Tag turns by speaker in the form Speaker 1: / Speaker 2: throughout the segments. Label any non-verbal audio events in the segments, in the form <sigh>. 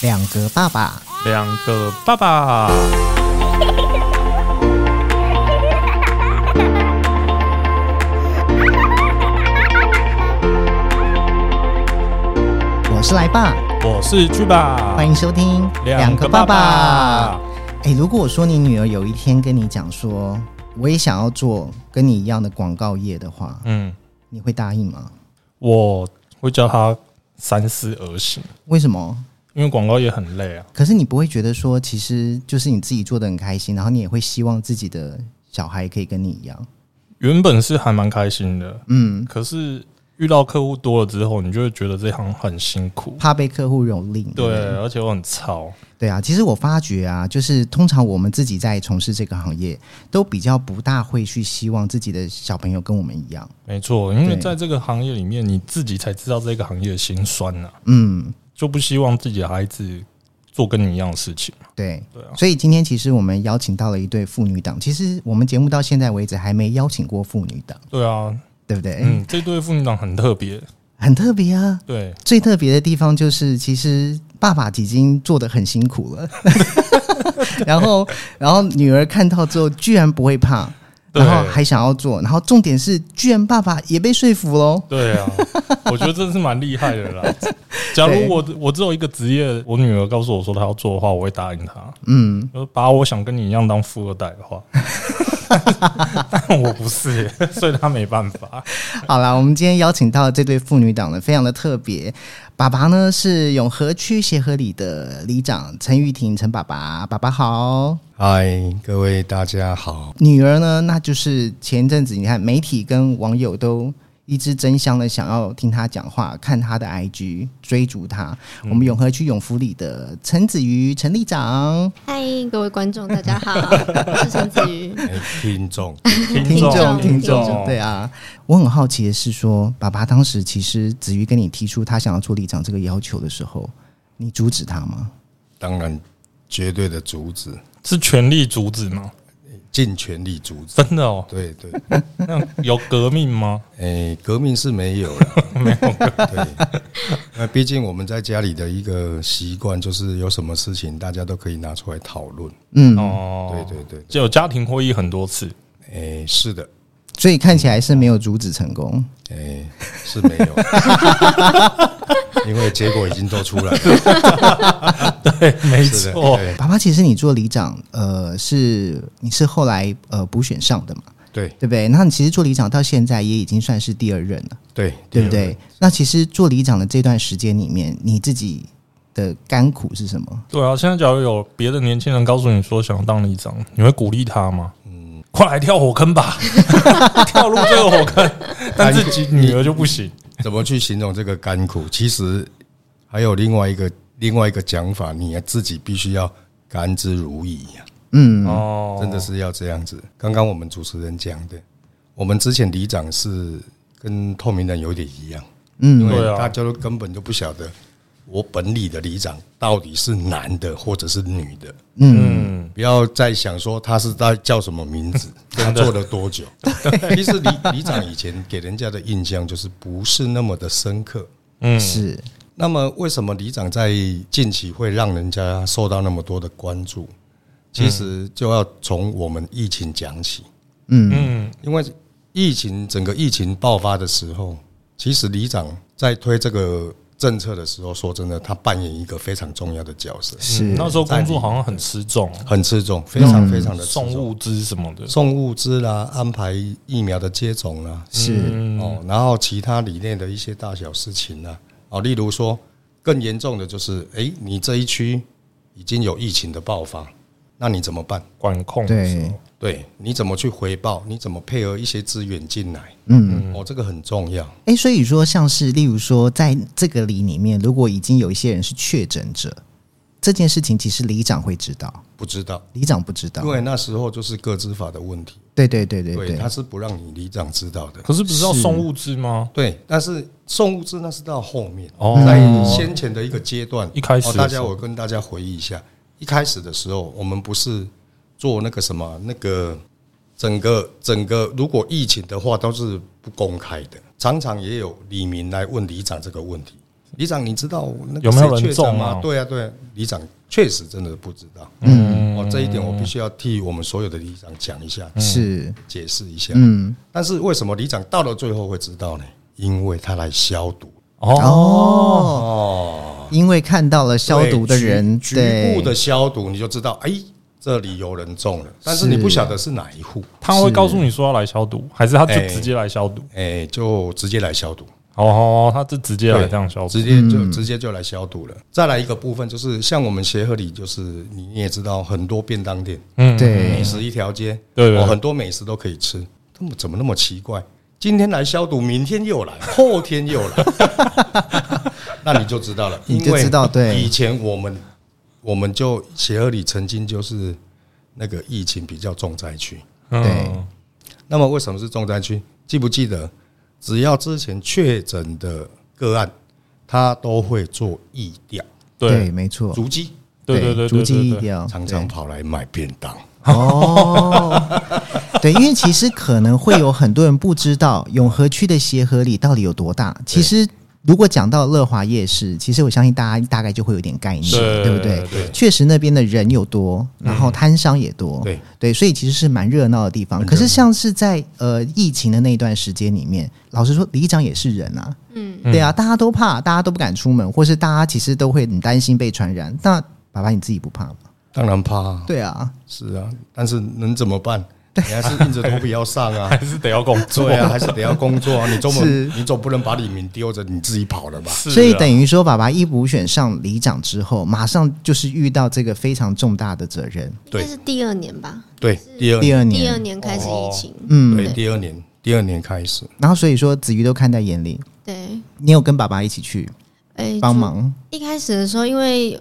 Speaker 1: 两个爸爸，
Speaker 2: 两个爸爸。
Speaker 1: 我是来爸，
Speaker 2: 我是巨爸，
Speaker 1: 欢迎收听
Speaker 2: 两个爸爸。
Speaker 1: 哎，如果我说你女儿有一天跟你讲说，我也想要做跟你一样的广告业的话，
Speaker 2: 嗯，
Speaker 1: 你会答应吗？
Speaker 2: 我会叫他三思而行，
Speaker 1: 为什么？
Speaker 2: 因为广告也很累啊。
Speaker 1: 可是你不会觉得说，其实就是你自己做的很开心，然后你也会希望自己的小孩可以跟你一样。
Speaker 2: 原本是还蛮开心的，
Speaker 1: 嗯，
Speaker 2: 可是遇到客户多了之后，你就会觉得这行很辛苦。
Speaker 1: 怕被客户蹂躏。
Speaker 2: 对
Speaker 1: 不，
Speaker 2: 而且我很操。
Speaker 1: 对啊，其实我发觉啊，就是通常我们自己在从事这个行业，都比较不大会去希望自己的小朋友跟我们一样。
Speaker 2: 没错，因为
Speaker 1: 对
Speaker 2: 在这个行业里面，你自己才知道这个行业的辛酸呐、
Speaker 1: 嗯，
Speaker 2: 就不希望自己的孩子做跟你一样的事情。
Speaker 1: 对。
Speaker 2: 对啊，
Speaker 1: 所以今天其实我们邀请到了一对父女档，其实我们节目到现在为止还没邀请过父女档，
Speaker 2: 对啊，
Speaker 1: 对不对？
Speaker 2: 嗯，这对父女档很特别。
Speaker 1: 很特别啊。
Speaker 2: 对，
Speaker 1: 最特别的地方就是，其实爸爸已经做的很辛苦了， <laughs> 然后然后女儿看到之后居然不会怕，
Speaker 2: 对
Speaker 1: 然后还想要做，然后重点是，居然爸爸也被说服哦喽。
Speaker 2: 对啊，我觉得这是蛮厉害的
Speaker 1: <laughs>
Speaker 2: 啦。假如我我只有一个职业，我女儿告诉我说她要做的话，我会答应她。
Speaker 1: 嗯，
Speaker 2: 就是把我想跟你一样当富二代
Speaker 1: <laughs>
Speaker 2: 的话，但我不是， <laughs> 所以她没办法。
Speaker 1: 好啦，我们今天邀请到这对父女档呢，非常的特别。爸爸呢是永和区协和里的里长陈玉婷，陈爸爸，爸爸好。
Speaker 3: 嗨，各位大家好。
Speaker 1: 女儿呢，那就是前一阵子你看媒体跟网友都一直争相的想要听她讲话，看她的 IG，追逐她。我们永和区永福里的陈子瑜陈里长，
Speaker 4: 嗨，各位观众，大家好，我是陈子
Speaker 1: <laughs>
Speaker 4: 瑜。
Speaker 3: 哎听众， <laughs>
Speaker 2: 听
Speaker 1: 听众，
Speaker 2: 众，
Speaker 1: 听
Speaker 4: 听
Speaker 1: 众，
Speaker 4: 众
Speaker 1: 对啊，我很好奇的是说，爸爸当时其实子瑜跟你提出他想要做里长这个要求的时候，你阻止他吗？
Speaker 3: 当然绝对的阻止，
Speaker 2: 是全力阻止吗？
Speaker 3: 尽全力阻止。
Speaker 2: 真的哦，
Speaker 3: 对对，
Speaker 2: 那有革命吗？
Speaker 3: 哎、革命是
Speaker 2: <laughs>
Speaker 3: 没有了，没有。对，那毕竟我们在家里的一个习惯，就是有什么事情大家都可以拿出来讨论。
Speaker 1: 嗯，
Speaker 2: 哦，
Speaker 3: 对对对，
Speaker 2: 就有家庭会议很多次，
Speaker 3: 哎、是的，
Speaker 1: 所以看起来是没有阻止成功。
Speaker 3: 哎、是没
Speaker 2: <laughs>
Speaker 3: 有，因为结果已经都出来了。
Speaker 2: 对，没
Speaker 3: 是的，
Speaker 2: 错，
Speaker 3: 对
Speaker 1: 爸爸，其实你做里长，呃，是你是后来呃补选上的嘛，
Speaker 3: 对
Speaker 1: 对不对？那你其实做里长到现在也已经算是第二任了，
Speaker 3: 对
Speaker 1: 对不对？那其实做里长的这段时间里面，你自己的甘苦是什么？
Speaker 2: 对啊。现在假如有别的年轻人告诉你说想要当里长，你会鼓励他吗？嗯，快来跳火坑 <laughs> 吧，跳入这个火 <laughs> 坑，但自己女儿就不行。
Speaker 3: <laughs> 怎么去形容这个甘苦？其实还有另外一个另外一个讲法，你自己必须要甘之如饴呀、
Speaker 1: 嗯，
Speaker 2: 哦，
Speaker 3: 真的是要这样子。刚刚我们主持人讲的，我们之前里长是跟透明人有点一样，
Speaker 1: 嗯
Speaker 3: 因为
Speaker 2: 对啊
Speaker 3: 大家都根本就不晓得我本里的里长到底是男的或者是女的，
Speaker 2: 嗯，
Speaker 3: 不要再想说他是在叫什么名
Speaker 2: <laughs>
Speaker 3: 字，他做了多久。其实里里长以前给人家的印象就是不是那么的深刻，
Speaker 2: 嗯
Speaker 1: 是，
Speaker 3: 那么，为什么里长在近期会让人家受到那么多的关注？其实就要从我们疫情讲起，
Speaker 1: 嗯
Speaker 2: 嗯，
Speaker 3: 因为疫情整个疫情爆发的时候，其实里长在推这个政策的时候，说真的，他扮演一个非常重要的角色，
Speaker 1: 是，
Speaker 2: 嗯那时候工作好像很吃重，
Speaker 3: 很吃重，非常非常的
Speaker 2: 送物资什么的。
Speaker 3: 送物资啦，安排疫苗的接种啦，
Speaker 1: 是，
Speaker 3: 哦，然后其他里面的一些大小事情呢、啊，哦，例如说更严重的就是，诶，你这一区已经有疫情的爆发，那你怎么办？
Speaker 2: 管控的时候
Speaker 1: 对
Speaker 3: 对，你怎么去回报？你怎么配合一些资源进来？
Speaker 1: 嗯。
Speaker 3: 哦，这个很重要。
Speaker 1: 哎，所以说，像是例如说，在这个里里面，如果已经有一些人是确诊者，这件事情其实里长会知道，
Speaker 3: 不知道，
Speaker 1: 里长不知道
Speaker 3: 因。为那时候就是各执法的问题，
Speaker 1: 对对对对
Speaker 3: 对，
Speaker 1: 对
Speaker 3: 他，是不让你里长知道的。
Speaker 2: 可是不是要送物资吗？
Speaker 3: 哦对，但是送物资那是到后面，
Speaker 2: 哦
Speaker 3: 在先前的一个阶段，
Speaker 2: 一开始
Speaker 3: 哦
Speaker 2: 的
Speaker 3: 大
Speaker 2: 时
Speaker 3: 家
Speaker 2: 候
Speaker 3: 我跟大家回忆一下，一开始的时候，我们不是做那个什么那个整个整个，如果疫情的话都是不公开的，常常也有李明来问里长这个问题，里长，你知道那个
Speaker 2: 有没有
Speaker 3: 谁
Speaker 2: 人
Speaker 3: 确诊
Speaker 2: 中
Speaker 3: 吗
Speaker 2: 啊？
Speaker 3: 对啊，对啊，里长确实真的不知道。
Speaker 2: 嗯，
Speaker 3: 哦，这一点我必须要替我们所有的里长讲一下，
Speaker 1: 是，
Speaker 3: 解释一下。
Speaker 1: 嗯，
Speaker 3: 但是为什么里长到了最后会知道呢？因为他来消毒
Speaker 2: 哦，
Speaker 3: 哦，
Speaker 1: 因为看到了消毒的人，
Speaker 3: 对局局
Speaker 1: 对
Speaker 3: 部的，消毒，你就知道，哎，这里有人中了，但是
Speaker 1: 是
Speaker 3: 你不晓得是哪一户，
Speaker 2: 他会告诉你说要来消毒，还是他就
Speaker 3: 哎
Speaker 2: 直接来消毒？
Speaker 3: 哎，就直接来消毒，
Speaker 2: 哦，他就直接来这样消毒
Speaker 3: 直。接就直接就来消毒了。再来一个部分就是，像我们协和里，就是你也知道，很多便当店，
Speaker 2: 嗯，
Speaker 1: 对
Speaker 3: 美食一条街，
Speaker 2: 对对
Speaker 3: 哦，
Speaker 2: 对
Speaker 3: 很多美食都可以吃，他们怎么那么奇怪？今天来消毒，明天又来，后天又来，
Speaker 1: <laughs>
Speaker 3: 那你就知道了，
Speaker 1: 你就知道对
Speaker 3: 以前我们我们就协和里曾经就是那个疫情比较重灾区，
Speaker 2: 嗯
Speaker 1: 对
Speaker 3: 那么为什么是重灾区？记不记得，只要之前确诊的个案，他都会做疫调，
Speaker 1: 对，
Speaker 2: 对
Speaker 1: 没错，
Speaker 3: 足迹
Speaker 2: 对对对
Speaker 1: 足
Speaker 2: 对
Speaker 1: 迹一
Speaker 2: 对对，
Speaker 1: 掉，
Speaker 3: 常
Speaker 1: 哦对
Speaker 3: 常跑来买便当。
Speaker 1: <laughs> 哦，对，因为其实可能会有很多人不知道永和区的协和里到底有多大。其实如果讲到乐华夜市，其实我相信大家大概就会有点概念，
Speaker 2: 对
Speaker 1: 对不对
Speaker 2: 对对？
Speaker 1: 确实那边的人有多，然后摊商也多，
Speaker 3: 对
Speaker 1: 对，所以其实是蛮热闹的地方。可是像是在呃疫情的那一段时间里面，老实说，里长也是人啊，
Speaker 4: 嗯，
Speaker 1: 对啊，大家都怕，大家都不敢出门，或是大家其实都会很担心被传染。那爸爸你自己不怕吗？
Speaker 3: 当然怕啊、
Speaker 1: 对啊，
Speaker 3: 是啊，但是能怎么办？你还是硬着头皮要上
Speaker 2: <laughs> <laughs>
Speaker 3: 啊
Speaker 2: 还。是得要工作
Speaker 3: 对。啊，还是得要工作啊。你总不
Speaker 1: 是
Speaker 3: 你总不能把李明丢着你自己跑了吧？
Speaker 2: 是啊
Speaker 1: 所以等于说，爸爸一补选上里长之后，马上就是遇到这个非常重大的责任。
Speaker 4: 应该是第二年吧，
Speaker 3: 对，第二
Speaker 1: 第
Speaker 3: 年，
Speaker 1: 二年，
Speaker 4: 第二年开始疫情，
Speaker 1: 嗯，
Speaker 3: 对，第二年，第二年开始，
Speaker 1: 然后所以说子瑜都看在眼里，
Speaker 4: 对，
Speaker 1: 你有跟爸爸一起去
Speaker 4: 哎，
Speaker 1: 帮忙，
Speaker 4: 一开始的时候，因为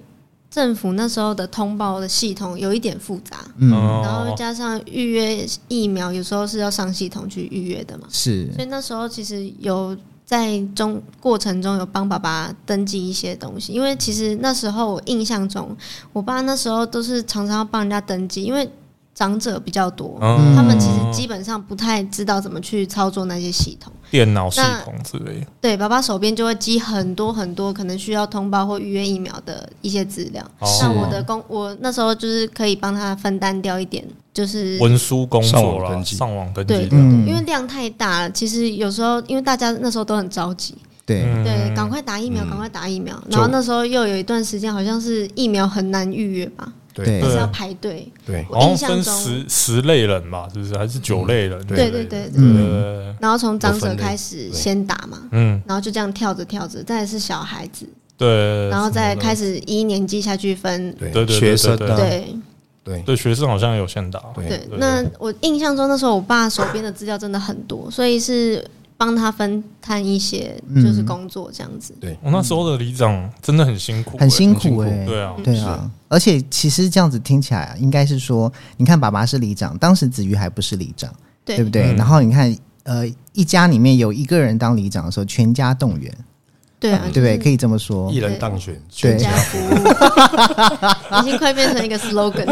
Speaker 4: 政府那时候的通报的系统有一点复杂，
Speaker 1: 嗯，
Speaker 4: 然后加上预约疫苗，有时候是要上系统去预约的嘛，
Speaker 1: 是
Speaker 4: 所以那时候其实有在中过程中有帮爸爸登记一些东西，因为其实那时候我印象中，我爸那时候都是常常要帮人家登记，因为长者比较多，
Speaker 2: 嗯
Speaker 4: 他们其实基本上不太知道怎么去操作那些系统。
Speaker 2: 电脑系统之类的。
Speaker 4: 对，爸爸手边就会积很多很多可能需要通报或预约疫苗的一些资料。
Speaker 2: 是
Speaker 4: 那我的工，我那时候就是可以帮他分担掉一点，就是
Speaker 2: 文书工作
Speaker 3: 上网
Speaker 2: 啦，
Speaker 3: 登记
Speaker 2: 上网登
Speaker 4: 对
Speaker 2: 记
Speaker 4: 嗯对，
Speaker 2: 的
Speaker 4: 对，
Speaker 1: 嗯
Speaker 4: 因为量太大了。其实有时候因为大家那时候都很着急，
Speaker 1: 对，
Speaker 2: 嗯
Speaker 4: 对，赶快打疫苗，赶快打疫苗。
Speaker 3: 就
Speaker 4: 然后那时候又有一段时间，好像是疫苗很难预约吧，
Speaker 1: 对
Speaker 4: 还是
Speaker 2: 对
Speaker 4: 要排队。
Speaker 3: 对
Speaker 4: 我
Speaker 2: 好
Speaker 4: 印
Speaker 2: 哦像分
Speaker 4: 象中，
Speaker 2: 十十类人吧，是不是？还是九类人？
Speaker 3: 对
Speaker 4: 对对对对。
Speaker 1: 嗯
Speaker 2: 呃，
Speaker 4: 然后从长者
Speaker 3: 有分类
Speaker 4: 开始
Speaker 3: 对
Speaker 4: 先打嘛，
Speaker 2: 嗯，
Speaker 4: 然后就这样跳着跳着，再来是小孩子，
Speaker 2: 对，
Speaker 4: 然后再
Speaker 2: 什么的
Speaker 4: 开始一年级下去分。
Speaker 2: 对对
Speaker 3: 学生
Speaker 2: 对对
Speaker 3: 啊，
Speaker 4: 对
Speaker 3: 对
Speaker 2: 对学生好像有先打，
Speaker 3: 对
Speaker 4: 对，那我印象中那时候我爸手边的资料真的很多，所以是帮他分摊一些
Speaker 1: 嗯
Speaker 4: 就是工作这样子。
Speaker 2: 我哦那时候的里长真的很辛苦，欸
Speaker 1: 很辛
Speaker 3: 很辛
Speaker 1: 苦
Speaker 3: 苦
Speaker 1: 哎、
Speaker 2: 对
Speaker 4: 嗯
Speaker 2: 啊，
Speaker 1: 对啊，而且其实这样子听起来、啊，应该是说，你看爸爸是里长，当时子瑜还不是里长，对不
Speaker 4: 对
Speaker 1: 对？
Speaker 2: 嗯
Speaker 1: 然后你看，呃，一家里面有一个人当里长的时候，全家动员，
Speaker 4: 对啊，
Speaker 1: 对不对？可
Speaker 4: 以
Speaker 1: 以这么说
Speaker 3: 一，人当选，
Speaker 1: 对
Speaker 3: 全家
Speaker 4: 服务，已经快变成一个 slogan。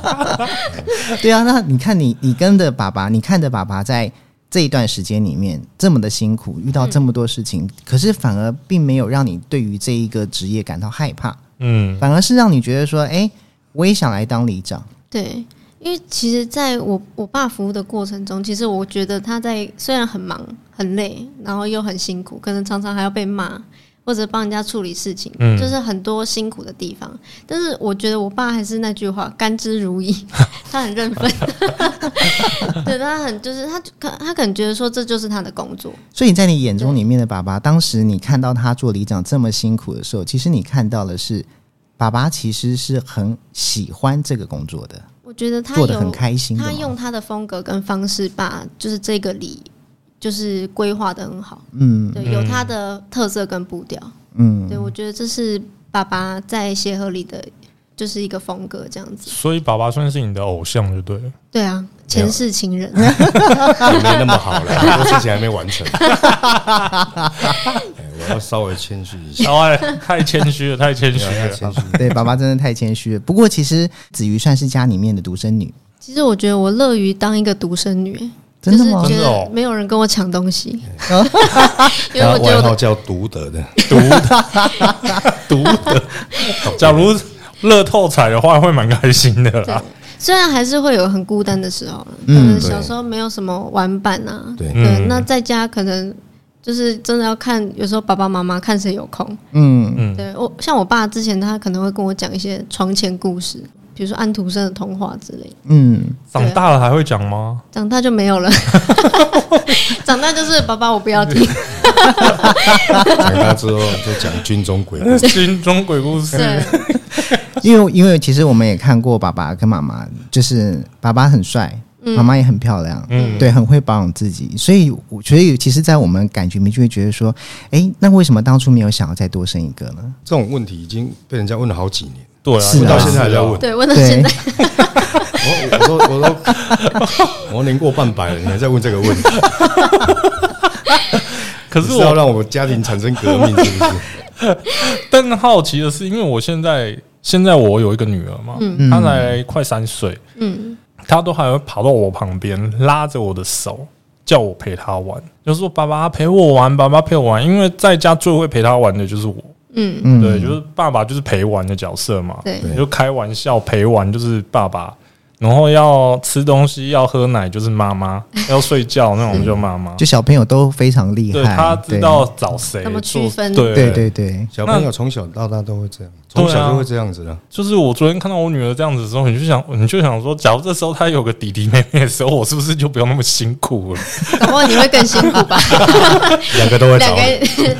Speaker 1: <laughs> 对啊，那你看你，你跟着爸爸，你看着爸爸在这一段时间里面这么的辛苦，遇到这
Speaker 4: 嗯
Speaker 1: 么多事情，可是反而并没有让你对于这一个职业感到害怕，
Speaker 2: 嗯，
Speaker 1: 反而是让你觉得说，哎，我也想来当里长。
Speaker 4: 对，因为其实在我我爸服务的过程中，其实我觉得他在虽然很忙很累，然后又很辛苦，可能常常还要被骂。或者帮人家处理事情，
Speaker 2: 嗯
Speaker 4: 就是很多辛苦的地方。但是我觉得我爸还是那句话，甘之
Speaker 1: <laughs>
Speaker 4: 如饴，他很认份。对，他很就是他可他可能觉得说这就是他的工作。
Speaker 1: 所以在你眼中里面的爸爸，当时你看到他做里长这么辛苦的时候，其实你看到的是，爸爸其实是很喜欢这个工作的，
Speaker 4: 我觉得他
Speaker 1: 做的很
Speaker 4: 有
Speaker 1: 开心的
Speaker 4: 他
Speaker 1: 嘛。
Speaker 4: 用他的风格跟方式把就是这个理就是规划的很好，
Speaker 1: 嗯
Speaker 4: 对，有他的特色跟步调。
Speaker 1: 嗯，
Speaker 4: 对，我觉得这是爸爸在协和里的，就是一个风格这样子。
Speaker 2: 所以爸爸算是你的偶像，就
Speaker 4: <laughs>
Speaker 2: 对了。
Speaker 4: 对啊，前世情人， <laughs>
Speaker 3: 也没那么好了，很多事情还没完成。哎我要稍微谦虚一下，
Speaker 2: 哎，太谦虚了，太谦虚
Speaker 3: 要
Speaker 2: 了。
Speaker 3: 谦虚。
Speaker 1: <laughs> 对，爸爸真的太谦虚了。不过其实子瑜算是家里面的独生女，
Speaker 4: 其实我觉得我乐于当一个独生女，就
Speaker 1: 真的
Speaker 4: 是
Speaker 1: 吗？哦
Speaker 4: 觉
Speaker 2: 真的哦
Speaker 4: 得没有人跟我抢东西， <laughs> 因为
Speaker 3: 他
Speaker 4: 我觉
Speaker 3: 外
Speaker 4: 得
Speaker 3: 号
Speaker 4: 我
Speaker 3: 叫独得的，
Speaker 2: 毒
Speaker 3: <laughs>
Speaker 2: 的毒的。假如乐透彩的话，会蛮开心的
Speaker 4: 对啊
Speaker 2: 啦。，
Speaker 4: 虽然还是会有很孤单的时候，可
Speaker 1: 嗯
Speaker 4: 能小时候没有什么玩伴啊，
Speaker 3: 对
Speaker 4: 对
Speaker 2: 嗯，
Speaker 4: 那在家可能就是真的要看，有时候爸爸妈妈看谁有空。
Speaker 1: 嗯，
Speaker 2: 嗯，
Speaker 4: 对我，像我爸之前他可能会跟我讲一些床前故事，比如说安徒生的童话之类。
Speaker 1: 嗯，
Speaker 2: 长大了还会讲吗？
Speaker 4: <laughs> 长大就没有了，长大就是爸爸我不要听。
Speaker 3: 长大之后就讲军中鬼
Speaker 2: <laughs>
Speaker 3: 故事，
Speaker 2: 军中鬼故事，
Speaker 4: 对，
Speaker 1: 因为因为其实我们也看过爸爸跟妈妈，就是爸爸很帅，妈妈也很漂亮，
Speaker 2: 嗯
Speaker 1: 对，很会保养自己，所以我所以其实，在我们感觉里面就会觉得说，哎、那为什么当初没有想要再多生一个
Speaker 4: <laughs>
Speaker 1: 呢？
Speaker 3: 这种问题已经被人家问了好几年。
Speaker 2: 对啊，
Speaker 1: 是啊
Speaker 2: 到
Speaker 3: 到
Speaker 2: 现在
Speaker 3: 现在
Speaker 2: 还
Speaker 3: 还
Speaker 2: 在
Speaker 3: 在
Speaker 2: 问
Speaker 3: 问，
Speaker 4: 对，问到现
Speaker 1: 对
Speaker 4: 在，，
Speaker 3: 我我都我都我都年过半百了，你还在问这个问题？
Speaker 2: 可是
Speaker 3: 你要
Speaker 2: 我
Speaker 3: 让我家庭产生革命，是
Speaker 2: <laughs>
Speaker 3: 不是？
Speaker 2: 更好奇的是，因为我现在现在我有一个女儿嘛，
Speaker 4: 嗯
Speaker 2: 她才快三岁，
Speaker 4: 嗯，
Speaker 2: 她都还会跑到我旁边拉着我的手。叫我陪她玩，就说爸爸陪我玩，爸爸陪我玩，因为在家最会陪她玩的就是我，
Speaker 4: 嗯，
Speaker 1: 嗯，
Speaker 2: 对，就是爸爸就是陪玩的角色嘛，
Speaker 4: 对，
Speaker 3: 对
Speaker 2: 就开玩笑陪玩就是爸爸，然后要吃东西要喝奶就是妈妈，要睡觉那种就妈妈，
Speaker 1: 就小朋友都非常厉害，
Speaker 2: 对他知道找谁
Speaker 4: 怎么区
Speaker 2: 做
Speaker 4: 分
Speaker 2: 对
Speaker 1: 对，对对，
Speaker 3: 小朋友从小到大都会这样，
Speaker 2: 对啊
Speaker 3: 从小就会这样子了。
Speaker 2: 就是我昨天看到我女儿这样子的时候，你就想，你就想说，假如这时候她有个弟弟妹妹的时候，我是不是就不用那么辛苦了？ <laughs>
Speaker 4: 搞不好你会更辛苦吧？
Speaker 3: 两个都会
Speaker 4: 两个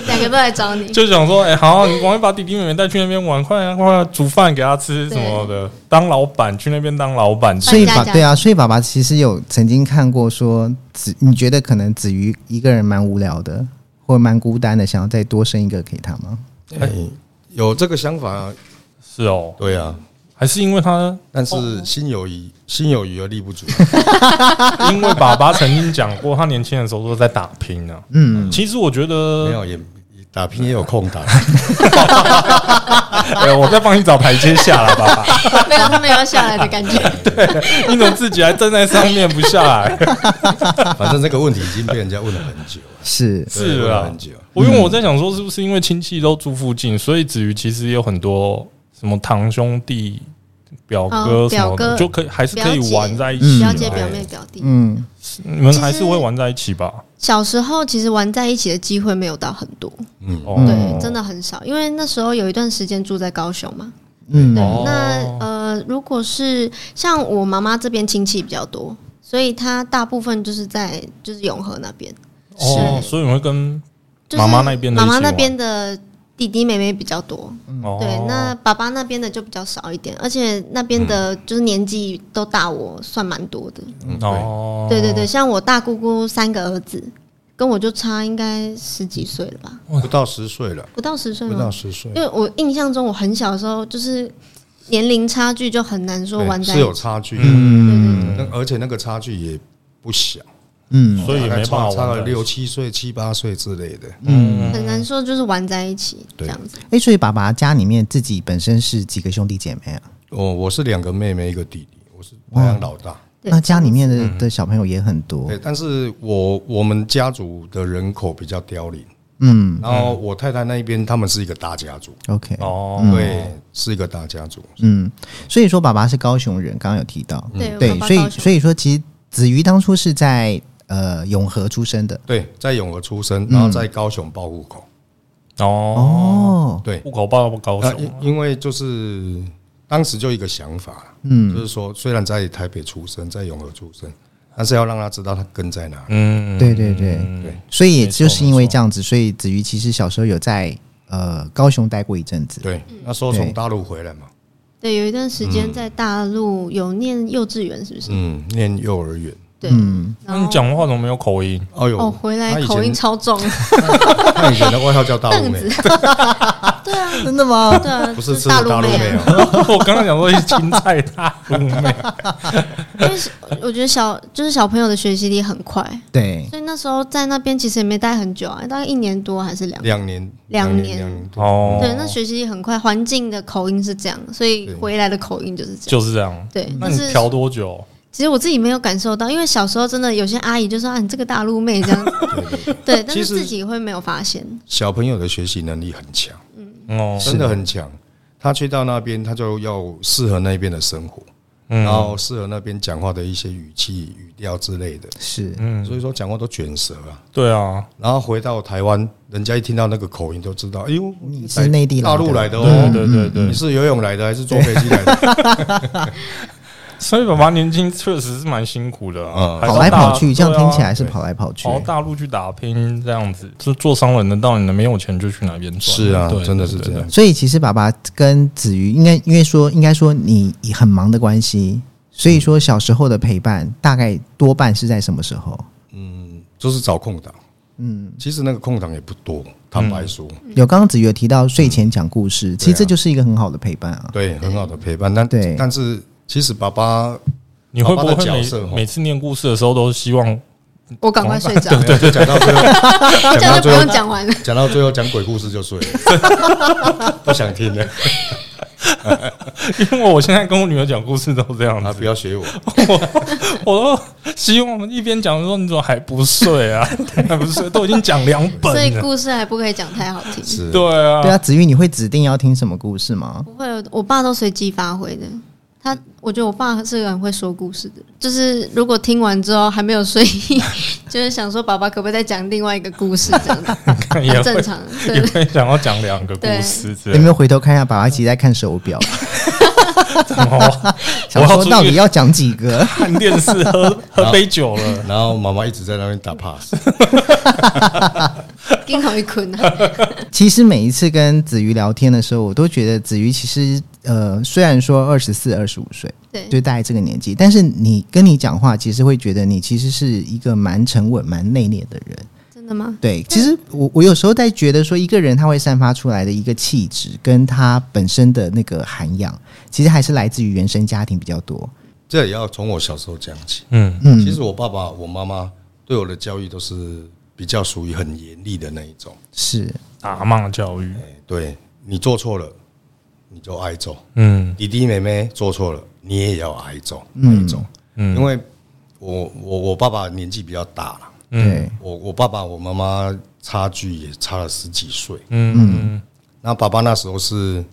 Speaker 4: 两个都来找你，
Speaker 2: 就想说，哎、好、你赶快把弟弟妹妹带去那边玩，快啊，快啊，煮饭给她吃什么的，当老板去那边当老板。
Speaker 1: 所以
Speaker 4: 搬家
Speaker 1: 爸
Speaker 4: 家
Speaker 1: 对啊，所以爸爸其实有曾经看过说子，你觉得可能子瑜一个人蛮无聊的，或蛮孤单的，想要再多生一个给他吗？
Speaker 3: 哎有这个想法啊，
Speaker 2: 是哦，
Speaker 3: 对啊，
Speaker 2: 还是因为她，
Speaker 3: 但
Speaker 2: 哦
Speaker 3: 是心有余，心有余而力不足。
Speaker 2: <laughs>
Speaker 3: 啊
Speaker 2: 因为爸爸曾经讲过，他年轻的时候都在打拼啊。
Speaker 1: 嗯，
Speaker 2: 其实我觉
Speaker 3: 没
Speaker 2: 得，
Speaker 3: 有也也打拼也有空打，
Speaker 2: 哎、我在帮你找台阶下来，爸 <laughs> 爸，
Speaker 4: 没有他们有要下来的感觉。
Speaker 2: 你怎么自己还站在上面不下来？ <laughs>
Speaker 3: 反正这个问题已经被人家问了很久了，
Speaker 1: 是，
Speaker 2: 是啊
Speaker 3: 对问了很久。
Speaker 2: 我因为我在想说，是不是因为亲戚都住附近，所以子瑜其实也有很多什么堂兄弟、表哥
Speaker 4: 哦
Speaker 2: 什么的，
Speaker 4: 表哥
Speaker 2: 就可以还是可以玩在一
Speaker 1: 嗯
Speaker 2: 起
Speaker 4: 表
Speaker 2: 嘛。
Speaker 4: 姐、表妹、表弟，
Speaker 1: 嗯
Speaker 2: 你们还是会玩在一起吧？
Speaker 4: 小时候其实玩在一起的机会没有到很多，
Speaker 3: 嗯，
Speaker 2: 哦，
Speaker 4: 对，真的很少。因为那时候有一段时间住在高雄嘛，
Speaker 1: 嗯
Speaker 4: 对，
Speaker 2: 哦
Speaker 4: 那呃，如果是像我妈妈这边亲戚比较多，所以她大部分就是在就是永和那边，
Speaker 2: 哦，所以你会跟
Speaker 4: 就是
Speaker 2: 妈妈那边的
Speaker 4: 妈
Speaker 2: 一起
Speaker 4: 妈
Speaker 2: 玩
Speaker 4: 那边的弟弟妹妹比较多，
Speaker 2: 哦，
Speaker 4: 对，那爸爸那边的就比较少一点，而且那边
Speaker 2: 嗯
Speaker 4: 的就是年纪都大我算蛮多的，
Speaker 3: 嗯
Speaker 2: 哦，
Speaker 4: 对对对，，像我大姑姑三个儿子，跟我就差应该十几岁了吧，
Speaker 3: 对不到十岁了，
Speaker 4: 不到十
Speaker 2: 嗯
Speaker 4: 岁
Speaker 3: 不
Speaker 4: 吗
Speaker 3: 到？十岁
Speaker 4: 因，为我印象中我很小的时候就是年龄差距就很难说
Speaker 3: 对
Speaker 4: 玩在
Speaker 3: 是
Speaker 4: 一
Speaker 3: 有
Speaker 4: 起，
Speaker 3: 差距的，
Speaker 1: 嗯
Speaker 3: 那而且那个差距也不小，
Speaker 1: 嗯
Speaker 2: 所以也
Speaker 3: 大概
Speaker 2: 没办
Speaker 3: 差
Speaker 2: 法
Speaker 3: 差
Speaker 2: 玩
Speaker 3: 了
Speaker 2: 在一
Speaker 3: 六
Speaker 2: 起。
Speaker 3: 七岁、七八岁之类的。
Speaker 1: 嗯，
Speaker 4: 很难说就是玩在一起这
Speaker 3: 对
Speaker 4: 样子。
Speaker 1: 哎、所以爸爸家里面自己本身是几个兄弟姐妹啊？
Speaker 3: 哦，我是两个妹妹，一个弟弟，我是排行老大。
Speaker 4: 对
Speaker 1: 那家里面
Speaker 2: 嗯
Speaker 1: 的的小朋友也很多
Speaker 3: 对，，但是我我们家族的人口比较凋零，
Speaker 1: 嗯
Speaker 3: 然后我太太那一边他们是一个大家族，
Speaker 1: ，OK，
Speaker 2: 哦，
Speaker 3: 对，是一个大家族。
Speaker 1: 嗯，所以说爸爸是高雄人，刚刚有提到，
Speaker 4: 对
Speaker 1: 对，所以所
Speaker 4: 以
Speaker 1: 以说其实子瑜当初是在呃永和出生的，
Speaker 3: 对，在永和出
Speaker 2: 嗯
Speaker 3: 生，然后在高雄报户口。
Speaker 2: 哦，
Speaker 1: 哦，
Speaker 3: 对，
Speaker 2: 户口报不高
Speaker 3: 那
Speaker 2: 雄啊
Speaker 3: 因因为就是当时就一个想法，
Speaker 1: 嗯
Speaker 3: 就是说虽然在台北出生，在永和出生，但是要让他知道他根在哪里。
Speaker 2: 嗯，
Speaker 1: 对对对
Speaker 2: 对，
Speaker 1: 所以也
Speaker 2: 没错
Speaker 1: 就是因为
Speaker 2: 没错
Speaker 1: 这样子，所以子瑜其实小时候有在呃高雄待过一阵子，
Speaker 3: 对，
Speaker 4: 嗯
Speaker 3: 那时候
Speaker 1: 对
Speaker 3: 从大陆回来嘛，
Speaker 4: 对有一段时间在大陆有念幼稚园，是不是？
Speaker 3: 嗯，念幼儿园。
Speaker 4: 对，
Speaker 1: 嗯，
Speaker 2: 那
Speaker 4: 然后
Speaker 2: 你讲话怎么没有口音？
Speaker 3: 哦
Speaker 4: 哦，
Speaker 3: 呦，
Speaker 4: 回
Speaker 3: 他
Speaker 4: 来
Speaker 3: 以
Speaker 4: 口
Speaker 3: 前
Speaker 4: 音超重，
Speaker 3: 他以前的外号叫大陆
Speaker 4: 凳
Speaker 3: 妹
Speaker 4: <laughs> 子，。
Speaker 3: <laughs>
Speaker 4: 对啊，
Speaker 1: 真的吗？
Speaker 4: 对啊，
Speaker 3: 不是
Speaker 4: 就是
Speaker 3: 吃
Speaker 4: 大
Speaker 3: 的
Speaker 4: 陆
Speaker 3: 大陆
Speaker 4: 妹
Speaker 3: 妹
Speaker 4: 啊。
Speaker 3: 哦，
Speaker 2: <laughs> 我刚刚讲说是青菜大陆妹，
Speaker 4: 因为是我觉得小就是小朋友的学习力很快，
Speaker 1: 对，
Speaker 4: 所以那时候在那边其实也没待很久啊，大概一年多还是两。
Speaker 3: 两年，
Speaker 4: 两年
Speaker 3: 两年多。
Speaker 2: 哦，
Speaker 4: 对，那学习力很快，环境的口音是这样，所以
Speaker 3: 对
Speaker 4: 回来的口音就是这样。
Speaker 2: 就是这样。
Speaker 4: 对，
Speaker 2: 那
Speaker 4: 但
Speaker 2: 你
Speaker 4: 是
Speaker 2: 调多久？
Speaker 4: 其实我自己没有感受到，因为小时候真的有些阿姨就说啊，你这个大陆妹这样，
Speaker 3: 对 <laughs> 对对
Speaker 4: <laughs> 对，但
Speaker 3: 其
Speaker 4: 是
Speaker 3: 实
Speaker 4: 自己会没有发现，
Speaker 3: 小朋友的学习能力很强，
Speaker 2: 哦，
Speaker 3: 真的很强。他去到那边，他就要适合那边的生活，
Speaker 2: 嗯
Speaker 3: 然后适合那边讲话的一些语气、语调之类的。
Speaker 1: 是
Speaker 2: 嗯，
Speaker 3: 所以说讲话都卷舌啊。
Speaker 2: 对啊，
Speaker 3: 然后回到台湾，人家一听到那个口音都知道，哎呦，
Speaker 1: 你是内地来
Speaker 3: 大
Speaker 1: 的
Speaker 3: 陆来
Speaker 2: 对
Speaker 3: 的哦，
Speaker 2: 对对对
Speaker 3: 你，是游泳来的还是坐飞机来的？
Speaker 2: 所以爸爸年轻确实是蛮辛苦的啊，
Speaker 3: 嗯
Speaker 2: 还是
Speaker 1: 跑来跑去，
Speaker 2: 大啊
Speaker 1: 这样听起来是
Speaker 3: 对
Speaker 1: 跑来跑去
Speaker 2: 跑。大陆去打拼这样子，就做商人的道理，你没有钱就去哪边赚。
Speaker 3: <laughs> 是啊
Speaker 2: 对，
Speaker 3: 真的是这。
Speaker 2: 对对
Speaker 3: 样
Speaker 2: 对。
Speaker 1: 所以其实爸爸跟子瑜应该，因为说应该说你很忙的关系，所以说小时候的陪伴大概多半是在什么时候？
Speaker 3: 嗯，就是找空档。嗯，其实那个空档也不多，坦白说，
Speaker 2: 嗯
Speaker 1: 有刚刚子瑜有提到睡前讲故
Speaker 2: 啊
Speaker 1: 事，其实这就是一个很好的陪伴啊。
Speaker 3: 对，很好的陪伴。但
Speaker 1: 对
Speaker 3: 但是其实爸爸
Speaker 2: 你会不
Speaker 3: 爸爸的角
Speaker 2: 会
Speaker 3: 色
Speaker 2: 每
Speaker 3: 哦
Speaker 2: 每次念故事的时候都希望 <laughs>
Speaker 4: 我赶快睡着，
Speaker 3: <laughs> 对对，讲到最后，
Speaker 4: 这
Speaker 3: 讲
Speaker 4: 样
Speaker 3: 到
Speaker 4: 就不
Speaker 3: 最
Speaker 4: 用
Speaker 3: 后，<laughs>
Speaker 4: 讲完了。
Speaker 3: 讲到最后讲鬼故事就睡了， <laughs> 不想听了。
Speaker 2: 因为我现在跟我女儿讲故事都这样
Speaker 3: 啊， <laughs>
Speaker 2: 子，
Speaker 3: 不要学我，
Speaker 2: 我都希望我们一边讲说你怎么还不睡啊， <laughs> 还不睡，都已经讲两
Speaker 4: 所以
Speaker 2: 本了，
Speaker 4: 故事还不可以讲太好听，
Speaker 3: 啊是
Speaker 2: 对啊，
Speaker 1: 对啊，子瑜，你会指定要听什么故事吗？
Speaker 4: 不会，我爸都随机发挥的。他，我觉得我爸是个很会说故事的，就是如果听完之后还没有睡 <laughs> 意，就是想说爸爸可不可以再讲另外一个故事这样
Speaker 3: <laughs>
Speaker 4: 子，
Speaker 2: 看 <laughs> 也
Speaker 4: 很正
Speaker 2: 会
Speaker 4: 常。
Speaker 2: <laughs> 也
Speaker 4: 对，
Speaker 2: 会想要讲两个故事之
Speaker 1: 有
Speaker 2: 类
Speaker 1: 没
Speaker 2: 的，
Speaker 1: 有回头看一下爸爸其实在看手
Speaker 2: <laughs>
Speaker 1: 表，
Speaker 2: 哦
Speaker 1: 想
Speaker 2: 我要
Speaker 1: 说
Speaker 2: 出
Speaker 1: 到底
Speaker 2: 去
Speaker 1: 要讲几个？ <laughs>
Speaker 2: 看电视喝 <laughs> 喝杯酒了，
Speaker 3: 然后妈妈一直在那边打 pass，
Speaker 4: 刚好一困啊，
Speaker 1: 其实每一次跟子瑜聊天的时候，我都觉得子瑜其实呃，虽然说二十四、二十五岁，
Speaker 4: 对，
Speaker 1: 就大概这个年纪，但是你跟你讲话，其实会觉得你其实是一个蛮沉稳、蛮内敛的人。
Speaker 4: 真的吗？
Speaker 1: 对，其实我我有时候在觉得说，一个人他会散发出来的一个气质，跟他本身的那个涵养，其实还是来自于原生家庭比较多。
Speaker 3: 这也要从我小时候讲起。
Speaker 2: 嗯
Speaker 3: 其实我爸爸、我妈妈对我的教育都是比较属于很严厉的那一种。
Speaker 1: 是，
Speaker 2: 打骂教育，
Speaker 3: 哎对你做错了，你就挨揍；
Speaker 2: 嗯
Speaker 3: 弟弟妹妹做错了，你也要挨揍那一种。因
Speaker 2: 嗯
Speaker 3: 为我我我爸爸年纪比较大了，
Speaker 2: 嗯
Speaker 1: 对，
Speaker 3: 我我爸爸我妈妈差距也差了十几岁。
Speaker 2: 嗯
Speaker 3: 那爸爸那时候是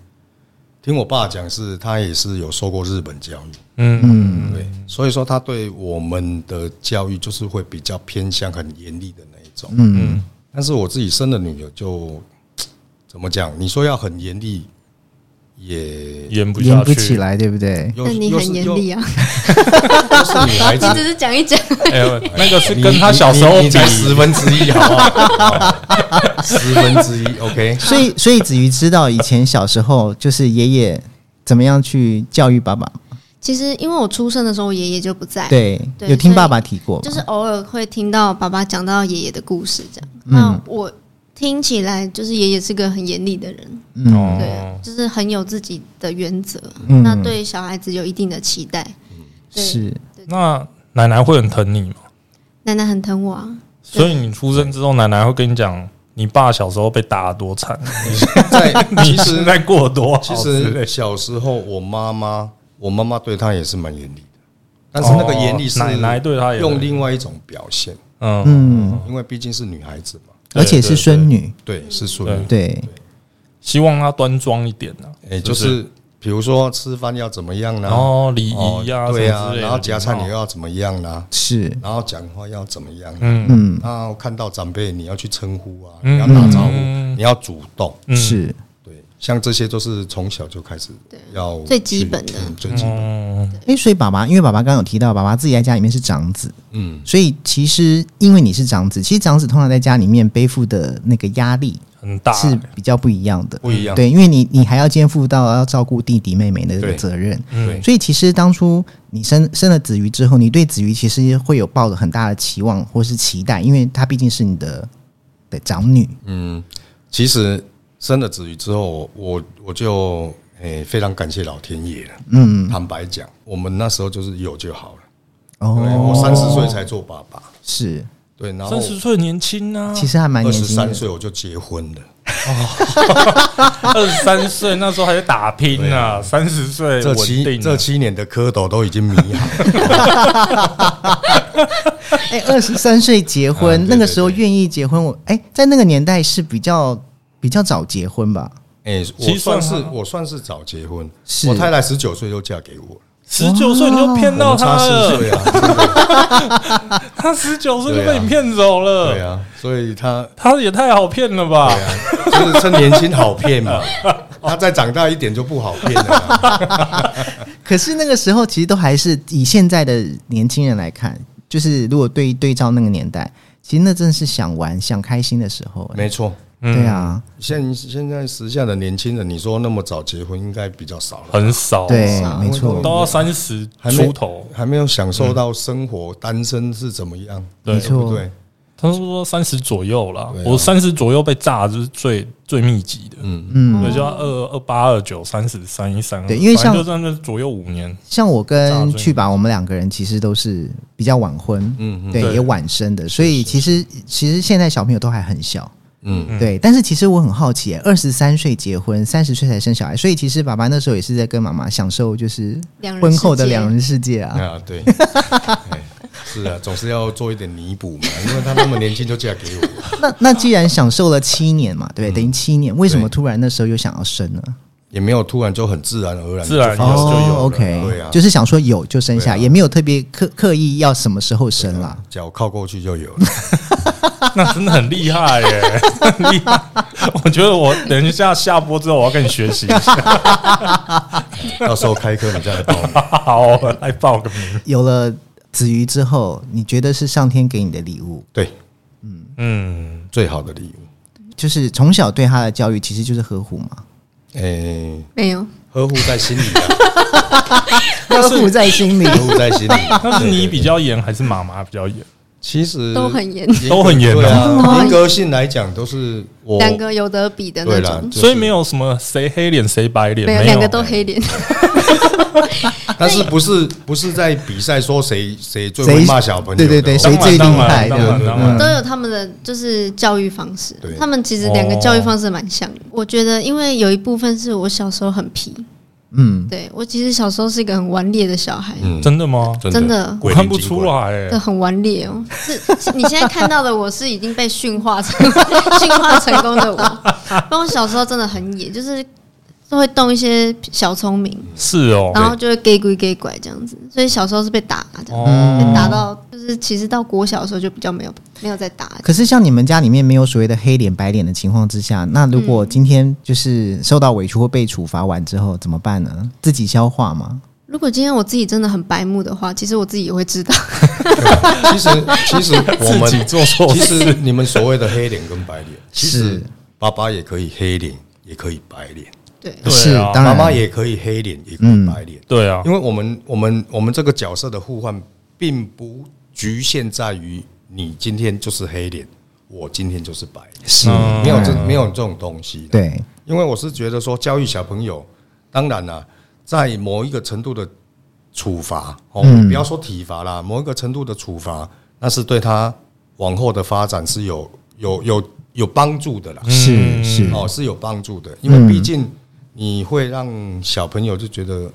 Speaker 3: 听我爸讲，是他也是有受过日本教育，
Speaker 2: 嗯嗯
Speaker 3: 对，所以说他对我们的教育就是会比较偏向很严厉的那一种。
Speaker 2: 嗯，
Speaker 3: 但是我自己生的女儿就怎么讲？你说要很严厉，也
Speaker 2: 演不
Speaker 1: 演
Speaker 2: 下
Speaker 1: 不
Speaker 2: 去，
Speaker 1: 起来，对不
Speaker 2: <laughs>
Speaker 1: 对？
Speaker 3: 又
Speaker 4: 但你
Speaker 3: 又
Speaker 4: 很
Speaker 3: 是
Speaker 4: 严
Speaker 3: 又
Speaker 4: 厉啊，
Speaker 3: 又是女
Speaker 4: <laughs>
Speaker 3: 孩子
Speaker 2: <laughs>
Speaker 4: 你，只是讲一讲，
Speaker 2: 哎呦，那个是跟他小时候
Speaker 3: 你你
Speaker 2: 比
Speaker 3: 才十分之一，好不
Speaker 2: <laughs>
Speaker 3: 好？十分之一，OK。
Speaker 1: 所以，所以子瑜知道以前小时候就是爷爷怎么样去教育爸爸，
Speaker 4: 其实因为我出生的时候，我爷爷就不在，
Speaker 1: 对，
Speaker 4: 哎对
Speaker 1: 有听
Speaker 4: 所以
Speaker 1: 爸爸提过吗，
Speaker 4: 就是偶尔会听到爸爸讲到爷爷的故事，这样。
Speaker 1: 嗯
Speaker 4: 那我听起来就是爷爷是个很严厉的人，
Speaker 1: 嗯
Speaker 4: 对，啊就是很有自己的原则，
Speaker 1: 嗯
Speaker 4: 那对小孩子有一定的期待。对
Speaker 1: 是
Speaker 2: 那奶奶会很疼你吗？
Speaker 4: 奶奶很疼我啊，
Speaker 2: 所以你出生之后，奶奶会跟你讲，你爸小时候被打得多惨，
Speaker 3: 在
Speaker 2: <laughs> 你
Speaker 3: 其
Speaker 2: 现
Speaker 3: 实
Speaker 2: 在过得多好
Speaker 3: 其
Speaker 2: 之类
Speaker 3: 实
Speaker 2: 的
Speaker 3: 小时候我妈妈，我妈妈对她也是蛮严厉的，但是那个严厉是
Speaker 2: 哦奶奶对她也
Speaker 3: 用另外一种表现，
Speaker 2: 嗯，
Speaker 1: 嗯，
Speaker 3: 因为毕竟是女孩子嘛，
Speaker 2: 对
Speaker 1: 而且是孙女，
Speaker 3: 对，是孙女，
Speaker 1: 对，
Speaker 2: 希望她端庄一点啊，
Speaker 3: 哎，就是比如说吃饭要怎么样呢？
Speaker 2: 然后礼仪哦啊，
Speaker 3: 哦对
Speaker 2: 什么
Speaker 3: 啊
Speaker 2: 之，类的哦
Speaker 3: 然后夹菜你又
Speaker 2: 礼貌
Speaker 3: 要怎么样呢？
Speaker 1: 是，
Speaker 3: 然后讲话要怎么样？啊
Speaker 2: 嗯
Speaker 1: 嗯，
Speaker 3: 然后看到长辈你要去称呼啊，
Speaker 2: 嗯
Speaker 3: 你要打招呼，
Speaker 2: 嗯
Speaker 3: 你要主动。
Speaker 2: 嗯
Speaker 1: 是，
Speaker 3: 对，像这些都是从小就开始要
Speaker 4: 最基本的
Speaker 3: 去嗯最基本。
Speaker 2: 嗯
Speaker 1: 哎，所以爸爸，因为爸爸刚刚有提到，爸爸自己在家里面是长子，
Speaker 3: 嗯，
Speaker 1: 所以其实因为你是长子，其实长子通常在家里面背负的那个压力
Speaker 2: 很大
Speaker 1: 是比较不一样的，
Speaker 3: 不一样。
Speaker 1: 对，因为你你还要肩负到要照顾弟弟妹妹的这个
Speaker 3: 对
Speaker 1: 责任，
Speaker 2: 嗯
Speaker 3: 对，
Speaker 1: 所以其实当初你生生了子瑜之后，你对子瑜其实会有抱着很大的期望或是期待，因为她毕竟是你的的长女，
Speaker 3: 嗯，其实生了子瑜之后，我我就诶、非常感谢老天爷了。
Speaker 1: 嗯，
Speaker 3: 坦白讲，我们那时候就是有就好了。对
Speaker 1: 哦，
Speaker 3: 我三十岁才做爸爸，
Speaker 1: 是，
Speaker 3: 对，然后
Speaker 2: 三十岁年轻啊，
Speaker 1: 其实还蛮
Speaker 3: 二
Speaker 1: 年
Speaker 3: 十
Speaker 1: 轻的
Speaker 3: 三，岁我就结婚了。
Speaker 2: 二十三岁那时候还在打拼啊，三十岁
Speaker 3: 这
Speaker 2: 稳
Speaker 3: 七
Speaker 2: 定啊
Speaker 3: 这七年的蝌蚪都已经迷
Speaker 2: <laughs>
Speaker 3: 航，
Speaker 1: 哎，二十三岁结
Speaker 3: 啊对
Speaker 1: 婚
Speaker 3: 对，对
Speaker 1: 那个时候愿意结婚，我哎，在那个年代是比较比较早结婚吧？
Speaker 3: 哎、
Speaker 2: 其
Speaker 3: 我
Speaker 2: 实
Speaker 3: 算是
Speaker 2: 算好
Speaker 3: 我算是早结婚，
Speaker 1: 是
Speaker 3: 我太太十九岁就嫁给我，
Speaker 2: 十九岁你就骗
Speaker 3: 我
Speaker 2: 到
Speaker 3: 们差
Speaker 2: 他
Speaker 3: 四
Speaker 2: 了，
Speaker 3: 岁啊，
Speaker 2: <laughs>
Speaker 3: 真的
Speaker 2: 他十九岁就被你骗走了，
Speaker 3: 对啊，所以她
Speaker 2: 他也太好骗了吧？
Speaker 3: 就是趁年轻好
Speaker 2: <laughs>
Speaker 3: 骗嘛，她再长大一点就不好骗了啊、
Speaker 1: 可是那个时候其实都还是以现在的年轻人来看，就是如果对对照那个年代，其实那真的是想玩、想开心的时候、哎
Speaker 3: 没错，
Speaker 2: 嗯
Speaker 1: 对，啊，
Speaker 3: 现现在时下的年轻人，你说那么早结婚应该比较少了，
Speaker 2: 很少，
Speaker 1: 对，
Speaker 4: 少
Speaker 1: 没
Speaker 3: 我
Speaker 1: 错，
Speaker 2: 都要三十
Speaker 3: 还没
Speaker 2: 出头。
Speaker 3: 还没有享受到生活单身是怎么样，
Speaker 2: 对
Speaker 3: 对不对？
Speaker 2: 他说三十左右啦，
Speaker 3: 对啊
Speaker 2: 我三十左右被炸就是最最密集的，
Speaker 3: 嗯，
Speaker 1: 嗯。
Speaker 2: 对，就要二二八二九三十三一三二，
Speaker 1: 对因为
Speaker 2: 反正
Speaker 1: 像
Speaker 2: 就在那左右五年， <laughs>
Speaker 1: 像我
Speaker 2: 炸
Speaker 1: 跟
Speaker 2: 醉
Speaker 1: 去吧，我们两个人其实都是比较晚婚，
Speaker 3: 嗯
Speaker 1: 对，
Speaker 2: 对
Speaker 1: 也晚生的，所以其实其实现在小朋友都还很小，
Speaker 3: 嗯，
Speaker 2: 嗯
Speaker 1: 对。但是其实我很好奇、二十三岁结婚，三十岁才生小孩，所以其实爸爸那时候也是在跟妈妈享受就是
Speaker 4: 两人
Speaker 1: 婚后的
Speaker 4: 世界
Speaker 1: 两人世界
Speaker 2: 嗯
Speaker 1: 啊。
Speaker 3: 啊，
Speaker 1: <laughs>
Speaker 3: 对，哎是啊，总是要做一点弥补嘛，因为她那么年轻就嫁给我，
Speaker 1: 那那既然享受了七年嘛，
Speaker 2: 嗯
Speaker 1: 对不对？等于七年，为什么
Speaker 3: 对
Speaker 1: 突然那时候又想要生呢？
Speaker 3: 也没有突然就很自然而然，
Speaker 2: 自然有就有了
Speaker 1: 哦，OK，
Speaker 3: 对啊
Speaker 1: 就是想说有就生下，
Speaker 3: 对啊
Speaker 1: 也没有特别刻刻意要什么时候生啦。
Speaker 3: 脚靠过去就有了。
Speaker 2: 那真的很厉害耶， <laughs> 很厉害！我觉得我等一下下播之后，我要跟你学习一下。 <laughs>
Speaker 3: 到时候开课你再来报名。
Speaker 2: 好，我来报个名。
Speaker 1: 有了子瑜之后，你觉得是上天给你的礼物？
Speaker 3: 对，
Speaker 2: 嗯，
Speaker 3: 最好的礼物，
Speaker 1: 就是从小对他的教育其实就是呵护嘛，
Speaker 3: 诶、
Speaker 4: 没有，
Speaker 3: 呵护在心里、 <laughs> 啊，
Speaker 1: 呵护在心
Speaker 2: 哦
Speaker 1: 里。
Speaker 3: 呵护在心里。
Speaker 2: 那是你
Speaker 3: 对对
Speaker 2: 比较严还是妈妈比较严？
Speaker 3: 其实
Speaker 4: 都很严，
Speaker 3: 严格
Speaker 2: 都很严
Speaker 3: 对
Speaker 2: 啊
Speaker 4: 都很
Speaker 3: 啊，
Speaker 4: 严
Speaker 3: 严格性来讲都是我
Speaker 4: 两个有得比的那
Speaker 3: 对啦
Speaker 4: 种，，
Speaker 2: 所以没，有什么谁黑脸谁白脸，
Speaker 4: 没有
Speaker 2: 有
Speaker 4: 两个都黑脸，
Speaker 3: 就是但是不是不是在比赛说谁谁最会
Speaker 1: 谁
Speaker 3: 骂小朋友的，
Speaker 1: 对对对，
Speaker 3: 我
Speaker 1: 谁
Speaker 2: 当然
Speaker 1: 最厉
Speaker 2: 当然
Speaker 1: 害？
Speaker 2: 当然
Speaker 1: 对
Speaker 2: 当
Speaker 1: 嗯
Speaker 2: 然
Speaker 4: 都有他们的就是教育方式
Speaker 3: 对，
Speaker 4: 他们其实两个教育方式蛮像的。我觉得，因为有一部分是我小时候很皮，
Speaker 1: 嗯，
Speaker 4: 对我其实小时候是一个很顽劣的小孩，
Speaker 3: 嗯
Speaker 2: 真的吗？
Speaker 3: 真
Speaker 4: 真的
Speaker 2: 我
Speaker 3: 鬼
Speaker 2: 看
Speaker 3: 灵
Speaker 2: 不
Speaker 3: 精
Speaker 2: 出
Speaker 3: 怪。
Speaker 2: 来
Speaker 4: 对，
Speaker 2: 耶，
Speaker 4: 很顽劣哦。是是你现在看到的我是已经被驯化成 <laughs> 驯化成功的我，但我小时候真的很野，就是都会动一些小聪明，
Speaker 2: 是哦，
Speaker 4: 然后就会给鬼给拐这样子，所以小时候是被打啊这样，
Speaker 2: 哦， <laughs>
Speaker 4: 被打到就是其实到国小的时候就比较没有没有再打。
Speaker 1: 可是像你们家里面没有所谓的黑脸白脸的情况之下，那如果今天就是受到委屈或被处罚完之后怎么办呢？自己消化吗？
Speaker 4: 如果今天我自己真的很白目的话，其实我自己也会知道，
Speaker 3: 其实其 <laughs> 实我
Speaker 2: 自己
Speaker 3: 们
Speaker 2: 做错
Speaker 3: 其
Speaker 2: 事，
Speaker 3: 实你们所谓的黑脸跟白脸，其实
Speaker 1: 是
Speaker 3: 爸爸也可以黑脸，也可以白脸，
Speaker 4: 对，
Speaker 2: 对啊
Speaker 1: 是，当
Speaker 3: 妈
Speaker 1: 然
Speaker 3: 妈也可以黑脸，也可以白脸。
Speaker 2: 对啊
Speaker 3: 因，为我们我们我们这个角色的互换，并不局限在于你今天就是黑脸，我今天就是白脸，
Speaker 1: 是
Speaker 2: 嗯
Speaker 3: 没有这没有这种东西。，
Speaker 1: 对，
Speaker 3: 因为我是觉得说教育小朋友，当然啦、在某一个程度的处罚哦，
Speaker 1: 嗯
Speaker 3: 不要说体罚啦，某一个程度的处罚，那是对他往后的发展是有有有有帮助的啦。
Speaker 1: 是是
Speaker 3: 哦，是有帮助的，因为毕竟你会让小朋友就觉得，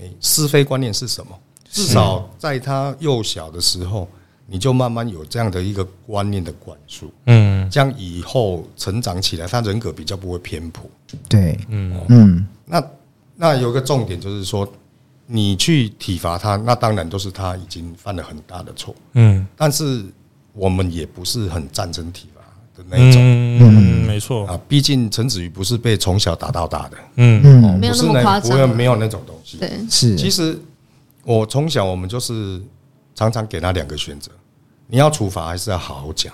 Speaker 3: 哎、是非观念是什么？至少在他幼小的时候，你就慢慢有这样的一个观念的灌输，
Speaker 2: 嗯
Speaker 3: 这样以后成长起来，他人格比较不会偏颇。
Speaker 1: 对，
Speaker 2: 嗯，
Speaker 1: 嗯，
Speaker 3: 那那有一个重点就是说，你去体罚他，那当然都是他已经犯了很大的错，
Speaker 2: 嗯
Speaker 3: 但是我们也不是很赞成体罚的那一种、
Speaker 2: 嗯，没错，
Speaker 3: 啊，毕竟陈子瑜不是被从小打到大的。
Speaker 2: 嗯
Speaker 1: 嗯
Speaker 4: <laughs> 没有
Speaker 3: 不是
Speaker 4: 那么夸张啊
Speaker 3: 不会没有那种东西。
Speaker 4: 对，
Speaker 1: 是
Speaker 3: 其实我从小我们就是常常给他两个选择，你要处罚还是要好好讲？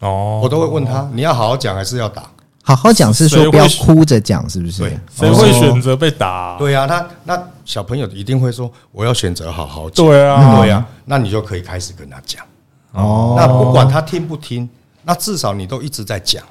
Speaker 2: 哦，啊
Speaker 3: 我都会问他，你要好好讲还是要打？
Speaker 1: 好好讲是
Speaker 2: 谁
Speaker 1: 说
Speaker 2: 会
Speaker 1: 不要哭着讲，是不是
Speaker 3: 对？
Speaker 2: 谁
Speaker 1: 哦
Speaker 2: 会选择被打？
Speaker 3: 对啊，他那小朋友一定会说，我要选择好好讲。
Speaker 2: 对啊，
Speaker 3: 对啊，那你就可以开始跟他讲。
Speaker 1: 哦，
Speaker 3: 那不管他听不听，那至少你都一直在讲，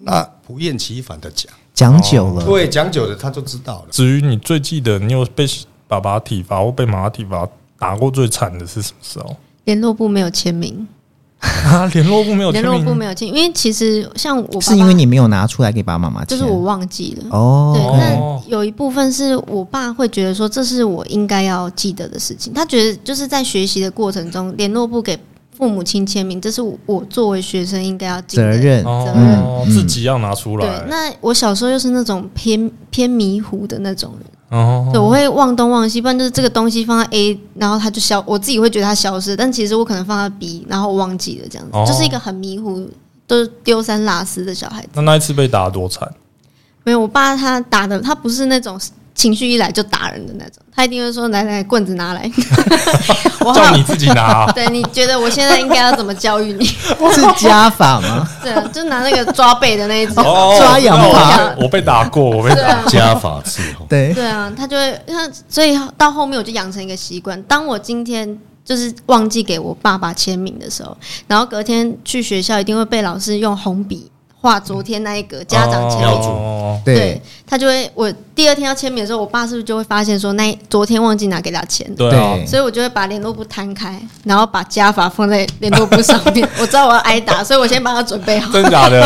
Speaker 3: 那不厌其烦的讲。
Speaker 1: 讲久了，
Speaker 3: 对，讲久了他就知道了。
Speaker 2: 至于你最记得你有被爸爸体罚或被妈妈体罚打过最惨的是什么时候？
Speaker 4: 联络部没有签名，
Speaker 2: <laughs> 啊，联络部没有
Speaker 4: 联
Speaker 2: 签
Speaker 4: 络
Speaker 2: 名
Speaker 4: 部没有签，因为其实像我爸爸
Speaker 1: 是因为你没有拿出来给爸爸妈妈
Speaker 4: 就
Speaker 1: 签，
Speaker 4: 是我忘记了。对，
Speaker 1: 哦，
Speaker 2: 哦
Speaker 4: 那有一部分是我爸会觉得说，这是我应该要记得的事情。他觉得就是在学习的过程中，联络部给父母亲签名，这是我我作为学生应该要尽
Speaker 1: 责
Speaker 4: 的
Speaker 1: 任
Speaker 4: 责任
Speaker 2: 哦，自己要拿出
Speaker 4: 嗯对
Speaker 2: 来，。
Speaker 4: 那我小时候又是那种偏偏迷糊的那种人，
Speaker 2: 哦，
Speaker 4: 对，我会忘东忘西，不然就是这个东西放在 A，然后它就消，我自己会觉得它消失，但其实我可能放在 B，然后忘记了这样子，
Speaker 2: 哦
Speaker 4: 就是一个很迷糊，都丢三落四的小孩子。
Speaker 2: 那那一次被打得多惨，
Speaker 4: 没有，我爸他打的，他不是那种情绪一来就打人的那种，他一定会说：“来来，棍子拿
Speaker 2: <laughs>
Speaker 4: 来。我好
Speaker 2: 叫你自己
Speaker 4: <laughs>。
Speaker 2: 拿
Speaker 4: 对，你觉得我现在应该要怎么教育
Speaker 1: <laughs>
Speaker 4: 你？
Speaker 1: 是家法吗？
Speaker 4: 对啊，就拿那个抓背的那一只。
Speaker 2: 哦，
Speaker 1: 抓羊
Speaker 4: 吧
Speaker 2: <laughs> 我被我被打过，我被
Speaker 4: 对
Speaker 2: 打。
Speaker 4: 啊，
Speaker 3: 加法哦伺候。
Speaker 1: 对，
Speaker 4: 对啊，他就会，他所以到后面我就养成一个习惯，当我今天就是忘记给我爸爸签名的时候，然后隔天去学校一定会被老师用红笔画昨天那一格家长签名。
Speaker 2: 哦
Speaker 1: 对，
Speaker 4: 他就会，我第二天要签名的时候，我爸是不是就会发现说，那昨天忘记拿给他签了？
Speaker 2: 对啊，
Speaker 4: 所以我就会把联络簿摊开，然后把加法放在联络簿上面。我知道我要挨打，所以我先帮他准
Speaker 3: <laughs>
Speaker 4: 备好。
Speaker 2: 真假的，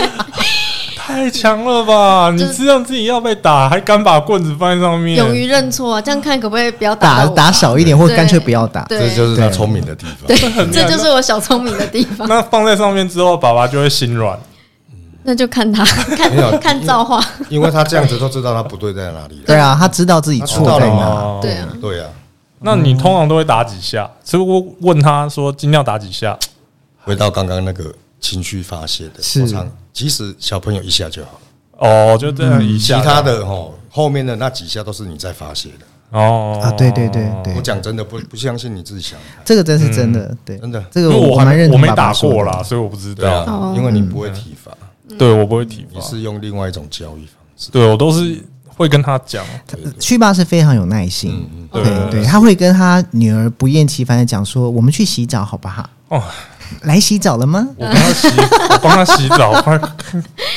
Speaker 2: <laughs> 太强了吧！你
Speaker 4: 就是
Speaker 2: 知道自己要被打，还敢把棍子放在上面，
Speaker 4: 勇于认错、啊，这样看可不可以不要
Speaker 1: 打
Speaker 4: 到我
Speaker 1: 打少一点，或干脆不要打。
Speaker 4: 对，
Speaker 3: 这就是他啊聪明的地方。
Speaker 4: 对，这就是我小聪明的地
Speaker 3: <laughs>
Speaker 4: 方。
Speaker 2: 那放在上面之后，爸爸就会心软。
Speaker 4: 那就看他
Speaker 3: 没有哦
Speaker 4: 看看造化，
Speaker 3: 因为他这样子都知道他不对在哪里了。
Speaker 1: 对啊，他知道自己
Speaker 3: 他知
Speaker 1: 错
Speaker 3: 道
Speaker 1: 在
Speaker 3: 了
Speaker 1: 哪，
Speaker 2: 哦
Speaker 4: 对啊，
Speaker 3: 对啊，
Speaker 2: 那你通常都会打几下？所以我问他说今天要打几下？
Speaker 3: 回到刚刚那个情绪发泄的，
Speaker 1: 是
Speaker 3: 我常其实小朋友一下就好了，
Speaker 2: 哦，就这样一
Speaker 3: 其
Speaker 2: 下。
Speaker 3: 他的哦，后面的那几下都是你在发泄的。
Speaker 2: 哦
Speaker 1: 啊对对对对
Speaker 3: 我讲真的，不不相信你自己想的，
Speaker 1: 这个真是真的，对，
Speaker 3: 真的
Speaker 1: 这
Speaker 2: 嗯因
Speaker 1: 个
Speaker 2: 为我还
Speaker 1: 蛮认
Speaker 2: 没我
Speaker 1: 同
Speaker 2: 没
Speaker 1: 爸爸
Speaker 2: 打
Speaker 1: 说
Speaker 2: 过
Speaker 1: 的
Speaker 2: 啦，所以我不知
Speaker 3: 对
Speaker 2: 道。
Speaker 3: 啊，因为你不会体罚，
Speaker 2: 对我不会体
Speaker 3: 你
Speaker 2: 罚，
Speaker 3: 是用另外一种教育方式。
Speaker 2: 对我都是会跟他讲。
Speaker 1: 去爸是非常有耐心，
Speaker 2: 嗯对
Speaker 1: 对对，他会跟他女儿不厌其烦的讲说：“我们去洗澡好不好？
Speaker 2: 哦，
Speaker 1: 来洗澡了吗
Speaker 2: 我帮他洗，我帮他洗澡，快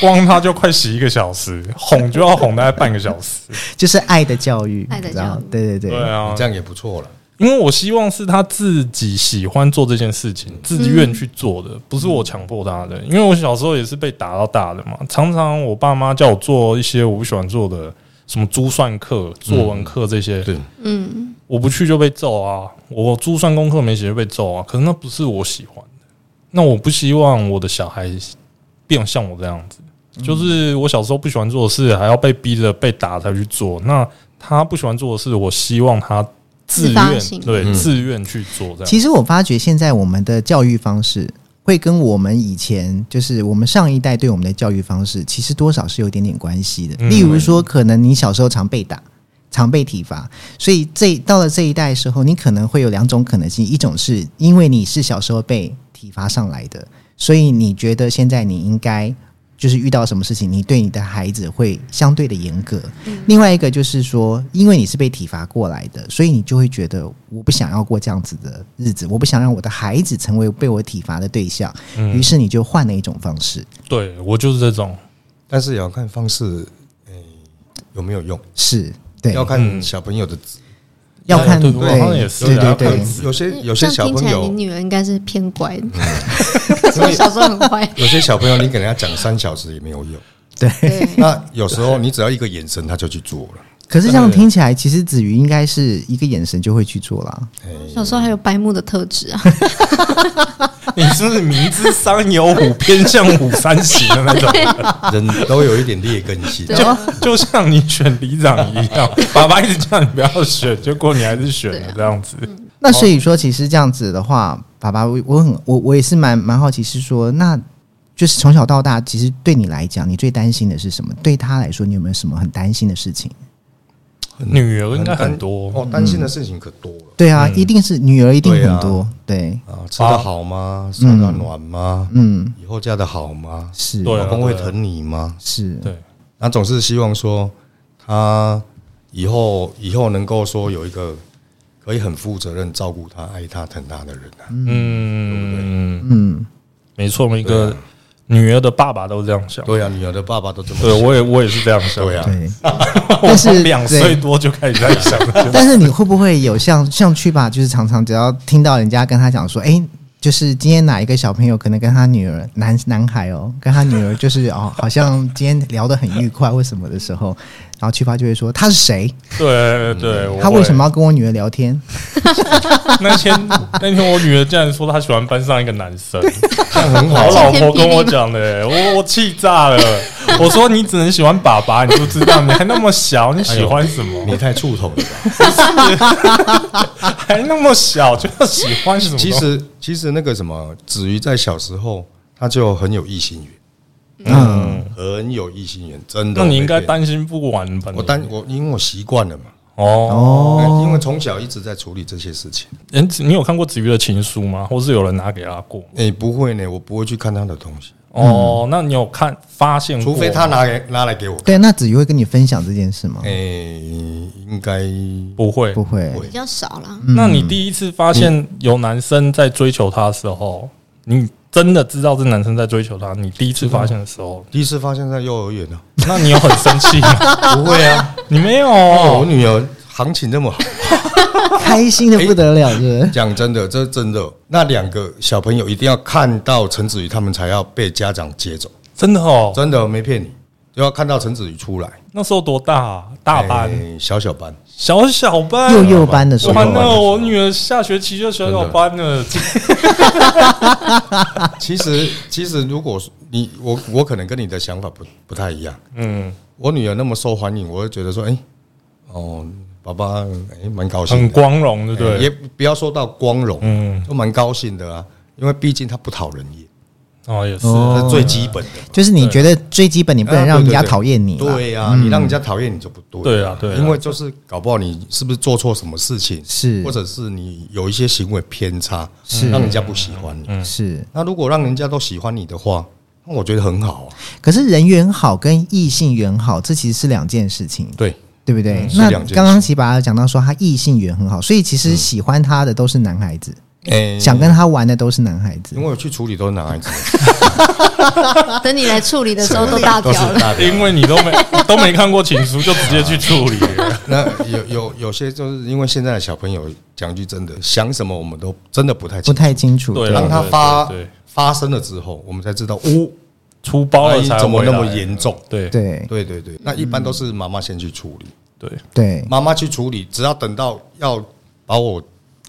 Speaker 2: 光他就快洗一个小时，哄就要哄大概半个小时。？”
Speaker 1: 就是爱的教育，
Speaker 4: 爱的
Speaker 1: 你知道
Speaker 4: 教育
Speaker 1: 对对
Speaker 2: 对
Speaker 1: 对，
Speaker 2: 啊，
Speaker 3: 这样也不错了。
Speaker 2: 因为我希望是他自己喜欢做这件事情，自愿去做的，不是我强迫他的。因为我小时候也是被打到大的嘛，常常我爸妈叫我做一些我不喜欢做的，什么珠算课、作文课这些，
Speaker 3: 对，
Speaker 4: 嗯，
Speaker 2: 我不去就被揍啊，我珠算功课没写就被揍啊。可是那不是我喜欢的，那我不希望我的小孩变像我这样子。就是我小时候不喜欢做的事，还要被逼着被打才去做。那他不喜欢做的事，我希望他自
Speaker 4: 自发
Speaker 2: 愿
Speaker 4: 性
Speaker 2: 对、
Speaker 3: 嗯
Speaker 2: 自愿去做这样。
Speaker 1: 其实我发觉现在我们的教育方式。会跟我们以前就是我们上一代对我们的教育方式，其实多少是有一点点关系的。
Speaker 2: 嗯
Speaker 1: 例如说，可能你小时候常被打，常被体罚，所以这到了这一代的时候，你可能会有两种可能性：一种是因为你是小时候被体罚上来的，所以你觉得现在你应该就是遇到什么事情，你对你的孩子会相对的严格；另外一个就是说，因为你是被体罚过来的，所以你就会觉得我不想要过这样子的日子，我不想让我的孩子成为被我体罚的对象，
Speaker 2: 嗯
Speaker 1: 于是你就换了一种方式。
Speaker 2: 对我就是这种，
Speaker 3: 但是也要看方式，诶、有没有用，
Speaker 1: 是对，
Speaker 3: 要看
Speaker 2: 嗯
Speaker 3: 小朋友的资
Speaker 1: 要看
Speaker 2: 对
Speaker 1: 对
Speaker 2: 我好像也是啊
Speaker 1: 对
Speaker 2: 要
Speaker 1: 对
Speaker 2: 看
Speaker 1: 对，
Speaker 3: 有些有些
Speaker 4: 这样
Speaker 3: 小
Speaker 4: 听
Speaker 3: 朋
Speaker 4: 起来你
Speaker 3: 友，嗯
Speaker 4: 女儿应该是偏乖的， <laughs> 可是我小时候很
Speaker 3: <laughs>
Speaker 4: 坏。
Speaker 3: 有些小朋友，你给人家讲三小时也没有
Speaker 4: <laughs>
Speaker 3: 用。
Speaker 4: 对，
Speaker 3: 那有时候你只要一个眼神，他就去做了。
Speaker 1: 可是这样听起来，其实子瑜应该是一个眼神就会去做啦。
Speaker 4: 小时候还有白目的特质啊，
Speaker 2: <laughs> 你是不是明知山有虎，偏向虎山行的那种？
Speaker 4: <laughs>
Speaker 3: 人都有一点劣根
Speaker 2: <laughs>
Speaker 3: 性，
Speaker 4: 对
Speaker 2: 就像你选里长一样，爸爸一直叫你不要选，结果你还是选了这样子。
Speaker 1: 那所以说，其实这样子的话，爸爸，我我很我我也是蛮蛮好奇，是说，那就是从小到大，其实对你来讲，你最担心的是什么？对他来说，你有没有什么很担心的事情？
Speaker 2: 女儿应该
Speaker 3: 担
Speaker 2: 很多，嗯
Speaker 3: 哦，担心的事情可多了
Speaker 1: 对啊，一定是女儿，一定
Speaker 3: 对
Speaker 1: 很
Speaker 3: 啊
Speaker 1: 多，对，
Speaker 2: 嗯
Speaker 3: 啊，吃得好吗？穿得暖吗？
Speaker 1: 嗯，
Speaker 3: 以后嫁得好吗？
Speaker 1: 是，
Speaker 2: 对啊
Speaker 3: 老公会疼你吗？
Speaker 2: <laughs>
Speaker 1: 是，
Speaker 2: 对，
Speaker 3: 那总是希望说他以后以后能够说有一个可以很负责任照顾他、爱他、疼他的人啊。
Speaker 2: 嗯，
Speaker 1: 嗯，
Speaker 2: 没错，每个
Speaker 3: 啊
Speaker 2: 女儿的爸爸都这样想。
Speaker 3: 对啊，女儿的爸爸都 <laughs> 这么
Speaker 2: 对，
Speaker 3: 想。
Speaker 2: 我也我也是这样想。
Speaker 3: 对啊，
Speaker 1: 对。
Speaker 2: 我
Speaker 1: 但是
Speaker 2: 从两岁多就开始在想这件事，
Speaker 1: 但是你会不会有像像去吧，就是常常只要听到人家跟他讲说，哎、就是今天哪一个小朋友可能跟他女儿男男孩哦，跟他女儿就是 <laughs> 哦，好像今天聊得很愉快或什么的时候，然后去发就会说他是谁，
Speaker 2: 对对，
Speaker 3: 嗯
Speaker 2: 我
Speaker 1: 他为
Speaker 2: 会
Speaker 1: 什么要跟我女儿聊天？
Speaker 2: 那天那天我女儿竟然说她喜欢班上一个男生，
Speaker 3: 这样很好
Speaker 2: 我
Speaker 4: 晴
Speaker 2: 老
Speaker 4: 天
Speaker 2: 婆
Speaker 4: 霹雳
Speaker 2: 跟我讲的、我我气炸了。我说你只能喜欢爸爸，你就知道你还那么小，你喜欢什么？
Speaker 3: 你太触头了吧？
Speaker 2: 还那么小就要喜欢什么？
Speaker 3: 其实其实那个什么，子瑜在小时候他就很有异心
Speaker 1: 嗯
Speaker 3: 缘，很有异心缘，真的。
Speaker 2: 那你应该
Speaker 3: 担
Speaker 2: 担心不完吧？
Speaker 3: 我担我，因为我习惯了嘛，
Speaker 2: 哦，
Speaker 3: 因为从小一直在处理这些事情。
Speaker 2: 人你有看过子瑜的情书吗？或是有人拿给他过吗？
Speaker 3: 诶，哎不会呢，我不会去看他的东西，
Speaker 2: 哦，那你有看发现过
Speaker 3: 嗯除
Speaker 2: 吗？
Speaker 3: 非他拿给拿来给我看。
Speaker 1: 对，那子瑜会跟你分享这件事
Speaker 3: 哦
Speaker 1: 吗？
Speaker 3: 诶，哎应该
Speaker 2: 哎不会
Speaker 1: 不。会，
Speaker 3: 会
Speaker 4: 比较少啦。
Speaker 1: 嗯
Speaker 2: 那你第一次发现有男生在追求她的时候，你真的知道这男生在追求她？你第一次发现的时候，
Speaker 3: 第一次发现在幼儿园啊呢，
Speaker 2: 那你有很生气吗？
Speaker 3: <laughs> 不会啊，
Speaker 2: 你没有
Speaker 3: 哦，我
Speaker 2: 哦，
Speaker 3: 女儿行情那么好。
Speaker 1: 开心的不得了，是不是？
Speaker 3: 讲真的，这真的，那两个小朋友一定要看到陈子瑜他们才要被家长接走，
Speaker 2: 真的哦。
Speaker 3: 真的没骗你，就要看到陈子瑜出来。
Speaker 2: 那时候多大啊？大班、
Speaker 3: 哎小小班，
Speaker 2: 小小班、
Speaker 1: 幼幼班的时候啊
Speaker 2: 完了，哎我女儿下学期就小小班了。
Speaker 3: 其 <laughs> 实其实如果你我我可能跟你的想法不不太一样，
Speaker 2: 嗯，
Speaker 3: 我女儿那么受欢迎，我会觉得说，哎、哦，爸爸哎蛮、高兴的，
Speaker 2: 很光荣，对不
Speaker 3: 哎也
Speaker 2: 对？
Speaker 3: 不要说到光荣，
Speaker 2: 嗯，
Speaker 3: 都蛮高兴的啊，因为毕竟他不讨人厌，
Speaker 2: 哦，也是。
Speaker 1: 哦
Speaker 3: 这是最基本的。
Speaker 1: 就是你觉得最基本，你不能让人家讨厌你嘛。
Speaker 3: 啊
Speaker 1: 嗯
Speaker 3: 对呀、啊，你让人家讨厌你就不对。
Speaker 2: 对啊对啊
Speaker 3: 因为就是搞不好你是不是做错什么事情，
Speaker 1: 是
Speaker 3: 或者是你有一些行为偏差，
Speaker 1: 是嗯
Speaker 3: 让人家不喜欢你。
Speaker 1: 是。
Speaker 3: 那如果让人家都喜欢你的话，那我觉得很好啊。
Speaker 1: 可是人缘好跟异性缘好，这其实是两件事情，
Speaker 3: 对，
Speaker 1: 对不对？
Speaker 3: 嗯是
Speaker 1: 那
Speaker 3: 两件事
Speaker 1: 刚刚奇爸讲到说他异性缘很好，所以其实喜欢他的都是男孩子，
Speaker 3: 诶
Speaker 1: 想跟他玩的都是男孩子
Speaker 3: 嗯因。为我去处理都是男孩子，
Speaker 4: <laughs> 等你来处理的时候都大条
Speaker 3: 嗯都是
Speaker 4: 了，
Speaker 3: 大条
Speaker 2: 因为你都没
Speaker 3: <laughs>
Speaker 2: 都没看过情书，就直接去处理了。
Speaker 3: 那有有有些就是因为现在的小朋友，讲句真的，想什么我们都真的不太
Speaker 1: 不
Speaker 3: 清楚。
Speaker 1: 太清楚，
Speaker 2: 对啊，
Speaker 3: 当他
Speaker 2: 对
Speaker 3: 发
Speaker 2: 对对
Speaker 3: 发生了之后，我们才知道，哦呜、
Speaker 2: 出包了才
Speaker 3: 哎怎么
Speaker 2: 回来
Speaker 3: 那么严重？
Speaker 2: 对
Speaker 1: 对
Speaker 3: 对对对，那一般都是妈妈先去处理。
Speaker 2: 对，
Speaker 1: 对，
Speaker 3: 妈妈去处理，只要等到要把我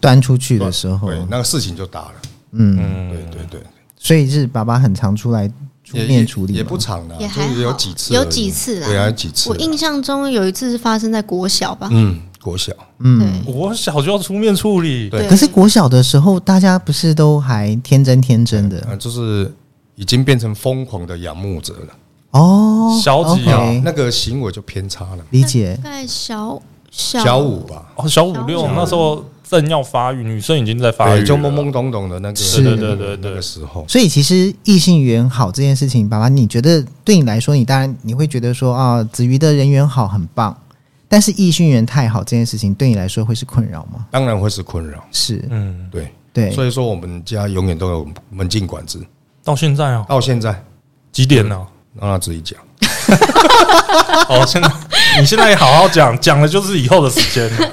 Speaker 1: 端出去的时候，
Speaker 3: 对那个事情就大了。
Speaker 1: 嗯，
Speaker 3: 对
Speaker 2: 嗯，
Speaker 3: 对对，
Speaker 1: 所以是爸爸很常出来出
Speaker 3: 也
Speaker 1: 面处理嘛，
Speaker 3: 也不长的，
Speaker 4: 也
Speaker 3: 就
Speaker 4: 还好
Speaker 3: 有几次而已，
Speaker 4: 有几次啦，
Speaker 3: 对啊，有几次
Speaker 4: 我。印象中有一次是发生在国小吧，
Speaker 3: 嗯，国小
Speaker 1: 嗯。
Speaker 2: 我小就要出面处理。
Speaker 3: 对
Speaker 1: 可是国小的时候，大家不是都还天真天真的
Speaker 3: 啊，就是已经变成疯狂的仰慕者了，
Speaker 1: 哦？
Speaker 2: 小几啊
Speaker 1: OK，
Speaker 3: 那个行为就偏差了。
Speaker 1: 理解
Speaker 4: 大概小
Speaker 3: 小五吧，
Speaker 2: 哦，小五六
Speaker 4: 小五
Speaker 2: 那时候正要发育，女生已经在发育
Speaker 3: 对，
Speaker 2: 了，
Speaker 3: 就懵懵懂懂的那个，
Speaker 1: 是
Speaker 2: 对对对对对
Speaker 3: 那个时候，
Speaker 1: 所以其实异性缘好这件事情，爸爸，你觉得对你来说，你当然你会觉得说啊，子瑜的人缘好很棒，但是异性缘太好这件事情对你来说会是困扰吗？
Speaker 3: 当然会是困扰。
Speaker 1: 是，
Speaker 2: 嗯，
Speaker 3: 对，
Speaker 1: 对，
Speaker 3: 所以说我们家永远都有门禁管制，
Speaker 2: 到现在哦，
Speaker 3: 到现在
Speaker 2: 几点呢？
Speaker 3: 让他自己讲。
Speaker 2: 哦，现在你现在也好好讲，讲的就是以后的时间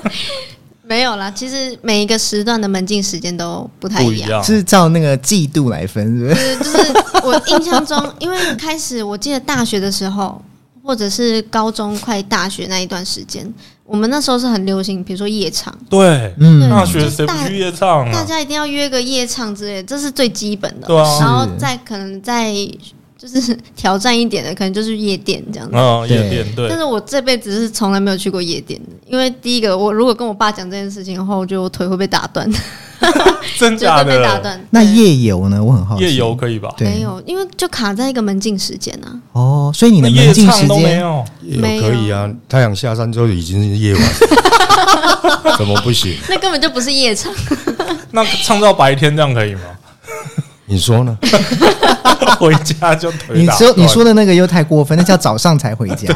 Speaker 4: 没有啦。其实每一个时段的门禁时间都不太
Speaker 2: 不
Speaker 4: 一
Speaker 2: 一
Speaker 4: 样。
Speaker 2: 样。
Speaker 1: 是照那个季度来分，是不是？
Speaker 4: 对，就是我印象中，因为开始我记得大学的时候，或者是高中快大学那一段时间，我们那时候是很流行，比如说夜场，
Speaker 2: 对，
Speaker 1: 嗯，
Speaker 2: 大学谁不去夜唱
Speaker 4: 大
Speaker 2: 啊？
Speaker 4: 家一定要约个夜场之类的，这是最基本的。
Speaker 2: 对啊，
Speaker 4: 然后再可能再就是挑战一点的，可能就是夜店这样子。
Speaker 2: 嗯，夜
Speaker 1: 对
Speaker 2: 店
Speaker 4: 但
Speaker 2: 对，
Speaker 4: 是我这辈子是从来没有去过夜店的，因为第一个，我如果跟我爸讲这件事情的话，我觉得我腿会被打断，
Speaker 2: 真
Speaker 4: 绝
Speaker 2: 假
Speaker 4: 对被打
Speaker 2: 的
Speaker 4: 断。
Speaker 1: 那
Speaker 4: 对
Speaker 1: 夜游呢？我很好奇。
Speaker 2: 夜游可以吧？
Speaker 1: 对
Speaker 4: 没有，因为就卡在一个门禁时间啊。
Speaker 1: 哦，所以你
Speaker 2: 那
Speaker 1: 的
Speaker 2: 夜
Speaker 1: 门禁
Speaker 2: 唱
Speaker 1: 时
Speaker 2: 都没
Speaker 1: 间
Speaker 2: 有，
Speaker 3: 也
Speaker 4: 没
Speaker 3: 有
Speaker 4: 有
Speaker 3: 可以啊，太阳下山之后已经是夜晚 <laughs> 了，怎么不行？
Speaker 4: 那根本就不是
Speaker 1: <laughs>
Speaker 4: 夜场，
Speaker 2: 那唱到白天这样可以吗？
Speaker 3: 你说呢？
Speaker 2: 回家就腿
Speaker 1: 你
Speaker 2: 打断。
Speaker 1: 说你说的那个又太过分，那叫早上才回
Speaker 2: <laughs>
Speaker 1: 家。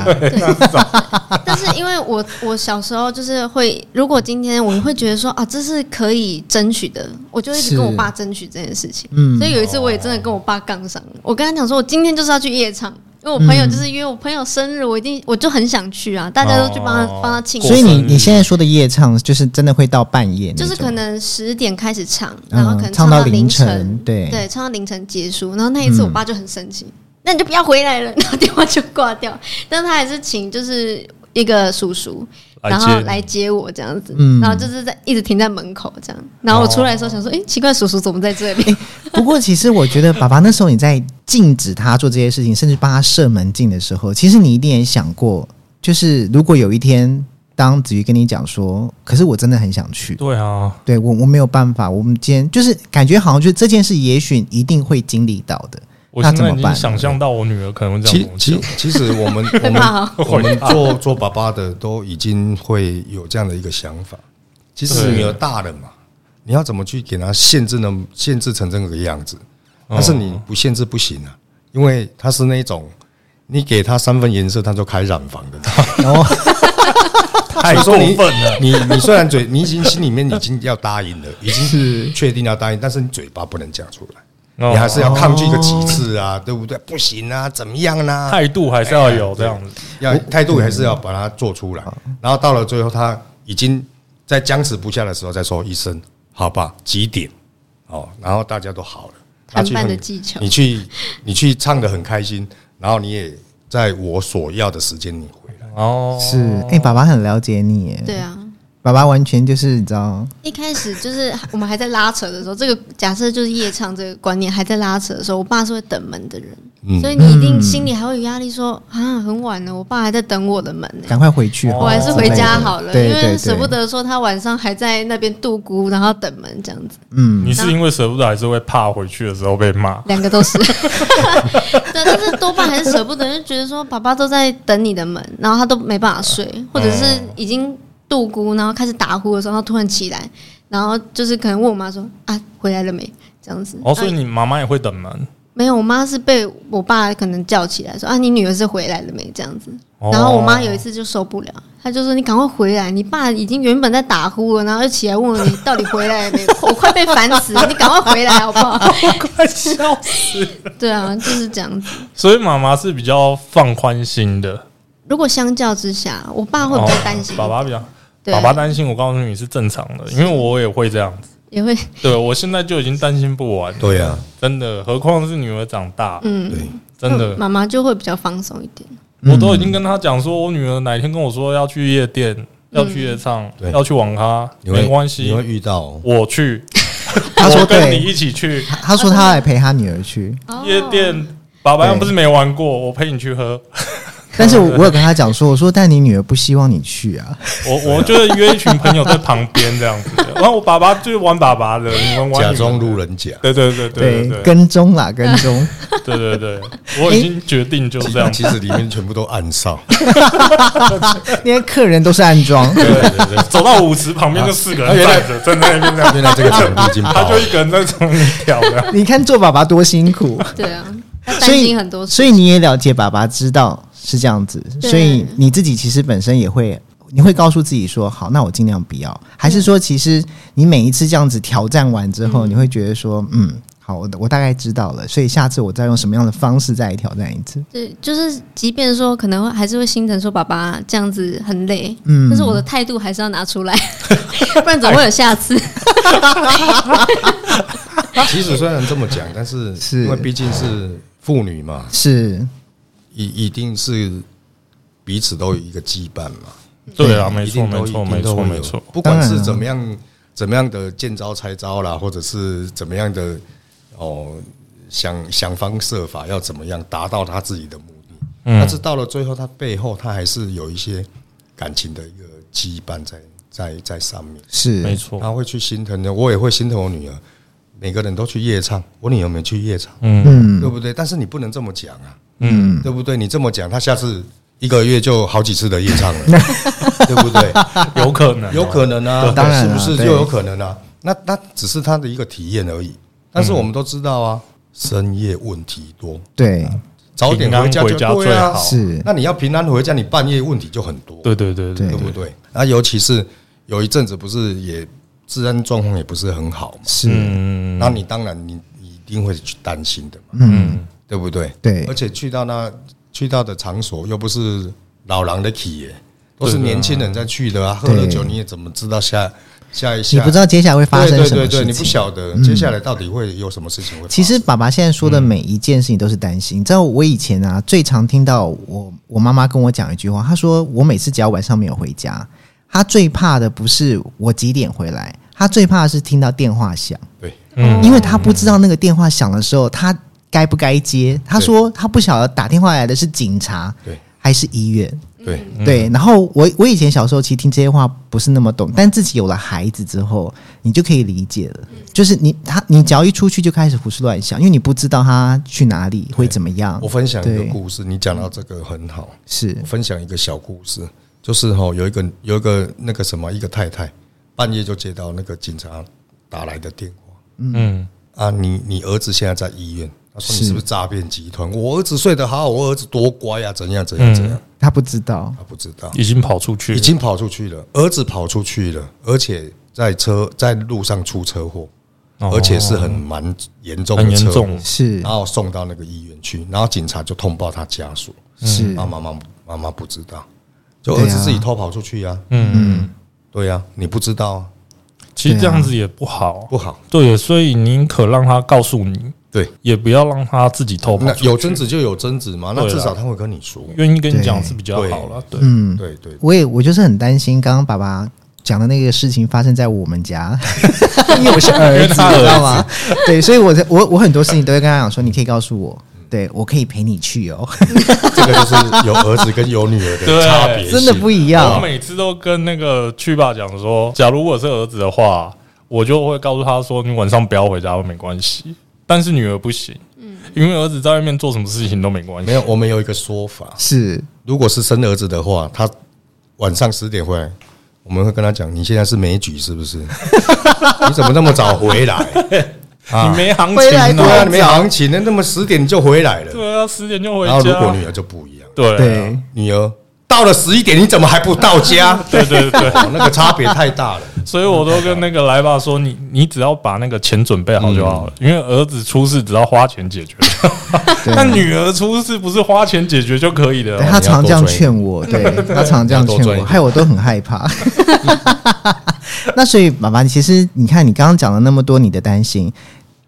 Speaker 4: 但是因为我我小时候就是会，如果今天我会觉得说啊，这是可以争取的，我就一直
Speaker 1: 是
Speaker 4: 跟我爸争取这件事情。
Speaker 1: 嗯
Speaker 4: 所以有一次我也真的跟我爸杠上了，我跟他讲说，我今天就是要去夜场，因为我朋友就是因为我朋友生日，我一定我就很想去啊，大家都去帮他
Speaker 2: 哦
Speaker 4: 帮他庆祝
Speaker 1: 所以你
Speaker 2: 过生日
Speaker 1: 你现在说的夜唱，就是真的会到半夜那
Speaker 4: 就
Speaker 1: 种，
Speaker 4: 是可能十点开始唱，
Speaker 1: 嗯
Speaker 4: 然后可能
Speaker 1: 唱
Speaker 4: 到
Speaker 1: 到凌
Speaker 4: 凌
Speaker 1: 晨
Speaker 4: 晨，
Speaker 1: 对
Speaker 4: 对，唱到凌晨结束。然后那一次，
Speaker 1: 嗯
Speaker 4: 我爸就很生气，那你就不要回来了，然后电话就挂掉。 <laughs> 但他还是请就是一个叔叔，然后来接我这样子，
Speaker 1: 嗯哦
Speaker 4: 然后就是在一直停在门口这样。然后我出来的时候想说，哎、奇怪，叔叔怎么在这里？
Speaker 1: 不过，其实我觉得爸爸那时候你在禁止他做这些事情，甚至帮他设门禁的时候，其实你一定也想过，就是如果有一天，当子瑜跟你讲说，可是我真的很想去，
Speaker 2: 对啊，
Speaker 1: 对我我没有办法，我们今天就是感觉好像就这件事，也许一定会经历到的。
Speaker 2: 我
Speaker 1: 那
Speaker 2: 现在
Speaker 1: 怎
Speaker 2: 已
Speaker 1: 么办
Speaker 2: 经想象到我女儿可能会这样
Speaker 3: 其
Speaker 2: 跟我
Speaker 3: 其
Speaker 2: 讲。
Speaker 3: 其实我们我们
Speaker 4: 怕哦
Speaker 3: 我们做 <laughs> 做爸爸的都已经会有这样的一个想法。其实
Speaker 2: 对
Speaker 3: 女儿大了嘛，你要怎么去给她限制呢？限制成这个样子，但是你不限制不行啊，因为她是那种你给她三分颜色，她就开染房的。
Speaker 1: 哦，
Speaker 2: 太过
Speaker 3: 所
Speaker 2: 分
Speaker 3: 以说
Speaker 2: 了，
Speaker 3: <laughs> 你你你虽然嘴，你已经心里面已经要答应了，已经是确定要答应，但是你嘴巴不能讲出来，
Speaker 2: 哦
Speaker 3: 你还是要抗拒个几次啊，对不对？不行啊，怎么样啦、
Speaker 2: <laughs> 态度还是要有这样子。
Speaker 3: 要态度还是要把它做出来。然后到了最后，他已经在僵持不下的时候，再说一声“好吧，几点？”哦，然后大家都好了。那
Speaker 4: 谈
Speaker 3: 去
Speaker 4: 判
Speaker 3: 很
Speaker 4: 的技巧
Speaker 3: 你去你去唱的很开心，然后你也在我所要的时间你回来。
Speaker 2: 哦，
Speaker 1: 是，哎、爸爸很了解你耶，
Speaker 4: 对啊。
Speaker 1: 爸爸完全就是你知道，
Speaker 4: 一开始就是我们还在拉扯的时候，这个假设就是夜唱这个观念还在拉扯的时候，我爸是会等门的人，
Speaker 3: 嗯
Speaker 4: 所以你一定心里还会有压力说，啊，很晚了，我爸还在等我的门呢、
Speaker 1: 赶快回去好了，
Speaker 4: 哦我还是回家好了，
Speaker 1: 之嗯类的对
Speaker 4: 因
Speaker 1: 对对，
Speaker 4: 为舍不。得说他晚上还在那边度孤，然后等门这样子，
Speaker 1: 嗯，
Speaker 2: 你是因为舍不得，还是会怕回去的时候被骂？
Speaker 4: 两个都是。 <laughs> 对，但是多半还是舍不得，就觉得说爸爸都在等你的门，然后他都没办法睡，或者是已经度孤，然后开始打呼的时候，他突然起来，然后就是可能问我妈说啊，回来了没？这样子。
Speaker 2: 哦，所以
Speaker 4: 啊
Speaker 2: 你妈妈也会等门。
Speaker 4: 没有，我妈是被我爸可能叫起来说啊，你女儿是回来了没？这样子。
Speaker 2: 哦
Speaker 4: 然后我妈有一次就受不了，她就说：“你赶快回来！你爸已经原本在打呼了，然后又起来问我你到底回来了没？我快被烦死了！你赶快回来好不好
Speaker 2: <laughs> 快笑死！？”
Speaker 4: 对啊，就是这样子。
Speaker 2: 所以妈妈是比较放宽心的，
Speaker 4: 如果相较之下，我爸会比较担心，
Speaker 2: 哦爸爸比较，
Speaker 4: 对
Speaker 2: 爸爸担心，我告诉你是正常的，因为我也会这样子。
Speaker 4: 也会
Speaker 2: 对我现在就已经担心不完，
Speaker 3: 对啊，
Speaker 2: 真的，何况是女儿长大，
Speaker 4: 嗯，
Speaker 3: 对，
Speaker 2: 真的，
Speaker 4: 妈妈就会比较放松一点。
Speaker 2: 我都已经跟她讲说，我女儿哪一天跟我说要去夜店、要去
Speaker 4: 嗯
Speaker 2: 夜唱、
Speaker 3: 对
Speaker 2: 要去网咖，
Speaker 3: 你会
Speaker 2: 没关
Speaker 3: 你会
Speaker 2: 系，
Speaker 3: 遇到哦
Speaker 2: 我去，
Speaker 1: 他说
Speaker 2: 我跟
Speaker 1: 对，
Speaker 2: 你一起去
Speaker 1: 他他说他来陪他女儿去，
Speaker 4: 哦
Speaker 2: 夜店。爸爸又不是没玩过，我陪你去喝。
Speaker 1: 但是我我有跟他讲说，我说但你女儿不希望你去啊，
Speaker 2: 我我就是约一群朋友在旁边这样子，然后我爸爸就玩爸爸的，你们玩
Speaker 3: 假
Speaker 2: 你们
Speaker 3: 装
Speaker 2: 的
Speaker 3: 路人甲。
Speaker 2: 对对对对对对
Speaker 1: 跟踪
Speaker 4: <laughs>
Speaker 1: 啦，跟踪。
Speaker 2: 对对对，我已经决定就 <laughs> 这样子。
Speaker 3: 其实里面全部都暗
Speaker 2: <laughs>
Speaker 3: 哨，
Speaker 1: 那些客人都是暗
Speaker 3: <laughs>
Speaker 1: 装，
Speaker 2: 对对对，走到舞池旁边就四个
Speaker 3: 啊
Speaker 2: 人站着，站在那边这样，
Speaker 3: 原来这个程度已经
Speaker 2: <laughs> 他
Speaker 3: 爆
Speaker 2: 就
Speaker 3: 了
Speaker 2: 一个人在从里跳这
Speaker 3: <laughs>
Speaker 2: 样。
Speaker 1: 你看做爸爸多辛苦，
Speaker 4: 对
Speaker 2: <laughs>
Speaker 4: 啊，他
Speaker 1: 所
Speaker 4: 担
Speaker 1: 以
Speaker 4: 心很多事。
Speaker 1: 所以你也了解爸爸知道是这样子，
Speaker 4: 对
Speaker 1: 所以你自己其实本身也会，你会告诉自己说，好，那我尽量不要，还是
Speaker 4: 嗯
Speaker 1: 说其实你每一次这样子挑战完之后，你会觉得说，嗯，好，我我大概知道了，所以下次我再用什么样的方式再来挑战一次，
Speaker 4: 对，就是即便说可能会还是会心疼，说爸爸这样子很累，
Speaker 1: 嗯
Speaker 4: 但是我的态度还是要拿出来， <laughs> 不然怎么会有
Speaker 2: <laughs>
Speaker 4: 下次？
Speaker 3: 其实虽然这么讲，但是
Speaker 1: 是
Speaker 3: 因为毕竟是妇女嘛，
Speaker 1: 是
Speaker 3: 一一定是彼此都有一个羁绊嘛。
Speaker 2: 对啊，没
Speaker 3: 一
Speaker 2: 错
Speaker 3: 定都
Speaker 2: 没错
Speaker 3: 一定
Speaker 2: 没
Speaker 3: 都
Speaker 2: 错
Speaker 3: 会
Speaker 2: 没
Speaker 3: 有
Speaker 2: 错。
Speaker 3: 不管
Speaker 1: 当然
Speaker 3: 是
Speaker 1: 啊
Speaker 3: 怎么样怎么样的见招拆招啦，或者是怎么样的哦想想方设法要怎么样达到他自己的目的，
Speaker 2: 嗯
Speaker 3: 但是到了最后，他背后他还是有一些感情的一个羁绊在在在上面。
Speaker 1: 是，
Speaker 2: 没错，
Speaker 3: 他会去心疼的，我也会心疼我女儿。每个人都去夜唱，我女儿没去夜唱，
Speaker 2: 嗯，
Speaker 1: 嗯
Speaker 3: 对不对？但是你不能这么讲啊，
Speaker 1: 嗯，
Speaker 3: 对不对？你这么讲，她下次一个月就好几次的夜唱了，对
Speaker 1: <laughs>
Speaker 3: 不对？
Speaker 2: 有可能，
Speaker 3: 有可能啊，
Speaker 1: 当然
Speaker 3: 是
Speaker 1: 啊
Speaker 3: 不是
Speaker 1: 对
Speaker 3: 就有可能啊？那那只是他的一个体验而已。但是我们都知道啊，
Speaker 1: 嗯
Speaker 3: 深夜问题多，
Speaker 1: 对，
Speaker 3: 早点回家就
Speaker 2: 平安回家
Speaker 3: 对啊
Speaker 2: 最好。
Speaker 1: 是
Speaker 3: 那你要平安回家，你半夜问题就很多，
Speaker 2: 对对对对
Speaker 3: 对不对？那尤其是有一阵子不是也治安状况也不是很好嘛，
Speaker 1: 是，
Speaker 2: 嗯，
Speaker 3: 那你当然你你一定会去担心的嘛，
Speaker 1: 嗯，
Speaker 3: 对不对？
Speaker 1: 对
Speaker 3: 而且去到那去到的场所又不是老狼的企业，都是
Speaker 2: 对啊
Speaker 3: 年轻人在去的啊。喝了酒你也怎么知道下下一下？
Speaker 1: 你不知道接下来会发生
Speaker 3: 对
Speaker 1: 什么
Speaker 3: 对对
Speaker 1: 事情。嗯
Speaker 3: 对，你不晓得接下来到底会有什么事情会发生。
Speaker 1: 其实爸爸现在说的每一件事情都是担心。你知道我以前啊，最常听到我我妈妈跟我讲一句话，她说我每次只要晚上没有回家，她最怕的不是我几点回来，她最怕的是听到电话响，
Speaker 3: 对，
Speaker 2: 嗯
Speaker 1: 因为她不知道那个电话响的时候，她该不该接。她说她不晓得打电话来的是警察，
Speaker 3: 对
Speaker 1: 还是医院。
Speaker 3: 对，
Speaker 1: 对，然后我我以前小时候其实听这些话不是那么懂，但自己有了孩子之后，你就可以理解了。就是你他你只要一出去就开始胡思乱想，因为你不知道他去哪里会怎么样
Speaker 3: 我。分享一个
Speaker 1: 对
Speaker 3: 故事，你讲到这个很好。
Speaker 1: 是
Speaker 3: 我分享一个小故事，就是哈、有一个有一个那个什么一个太太，半夜就接到那个警察打来的电话
Speaker 2: 嗯
Speaker 3: 啊，你你儿子现在在医院，他说
Speaker 1: 是
Speaker 3: 你是不是诈骗集团？我儿子睡得好好，我儿子多乖呀、啊，怎样怎样怎样？
Speaker 2: 嗯
Speaker 1: 他不知道，
Speaker 3: 他不知道，
Speaker 2: 已经跑出去了，
Speaker 3: 已经跑出去了，儿子跑出去了，而且在车在路上出车祸，
Speaker 2: 哦
Speaker 3: 而且是很蛮严重
Speaker 2: 很
Speaker 3: 的
Speaker 2: 严
Speaker 3: 车祸，
Speaker 2: 重，
Speaker 1: 是
Speaker 3: 然后送到那个医院去，然后警察就通报他家属。
Speaker 1: 嗯是
Speaker 3: 啊，妈妈妈妈不知道，就儿
Speaker 1: 对
Speaker 3: 子
Speaker 1: 啊
Speaker 3: 自己偷跑出去呀、
Speaker 2: 嗯嗯，
Speaker 3: 对呀、你不知道啊
Speaker 2: 其实
Speaker 1: 对啊
Speaker 2: 这样子也不好，
Speaker 3: 不好。
Speaker 2: 对，所以宁可让他告诉你，
Speaker 3: 对，
Speaker 2: 也不要让他自己偷跑
Speaker 3: 那
Speaker 2: 出去，
Speaker 3: 有争执就有争执嘛，那
Speaker 2: 对啦
Speaker 3: 至少他会跟你说。
Speaker 2: 愿意跟你讲是比较好了，对，
Speaker 1: 嗯，
Speaker 3: 对对，
Speaker 1: 我也我就是很担心刚刚爸爸。讲的那个事情发生在我们家，因为我是儿子，你知道吗？对，所以我在我我很多事情都会跟他讲说，你可以告诉我，对我可以陪你去哦，
Speaker 3: 这个就是有儿子跟有女儿
Speaker 2: <laughs>
Speaker 3: 的
Speaker 2: 对
Speaker 3: 差别性，
Speaker 1: <laughs> 真的不一
Speaker 2: 我
Speaker 1: 样。
Speaker 2: 每次都跟那个去爸讲说，假如我是儿子的话，我就会告诉他说，你晚上不要回家，没关系。但是女儿不行，
Speaker 1: 嗯
Speaker 2: 因为儿子在外面做什么事情都没关系。
Speaker 3: 没有。我们有一个说法，
Speaker 1: 是
Speaker 3: 如果是生儿子的话，他晚上十点回来，我们会跟他讲：“你现在是枚举是不是？ <laughs> 你怎么那么早
Speaker 1: <laughs>
Speaker 3: 回来？啊
Speaker 2: 你没行
Speaker 1: 回来
Speaker 2: 情
Speaker 1: 多
Speaker 3: 对啊，
Speaker 2: 啊
Speaker 3: 你，没行情，那那么十点就回来了。
Speaker 2: 对啊，十点就回
Speaker 3: 然后如果
Speaker 2: 家
Speaker 3: 女。儿就不一样，
Speaker 2: 对啊
Speaker 1: 对，
Speaker 3: 女儿到了十一点，你怎么还不到家？
Speaker 2: <laughs> 对对对，
Speaker 3: 哦那个差别太大 <laughs> 了。
Speaker 2: 所以我都跟那个来爸说，你你只要把那个钱准备好就好了，
Speaker 3: 嗯
Speaker 2: 因为儿子出事只要花钱解
Speaker 3: <laughs>
Speaker 2: 决，但女儿出事不是花钱解决就可以的
Speaker 1: 对
Speaker 2: 哦。
Speaker 1: 哎他常这样劝我，对
Speaker 3: <laughs>
Speaker 1: 他常这样
Speaker 3: 你要多
Speaker 1: 劝
Speaker 3: 赚一
Speaker 1: 我，
Speaker 3: 点
Speaker 1: 害我都很害怕。 <laughs> 那所以，爸爸，其实你看，你刚刚讲了那么多你的担心，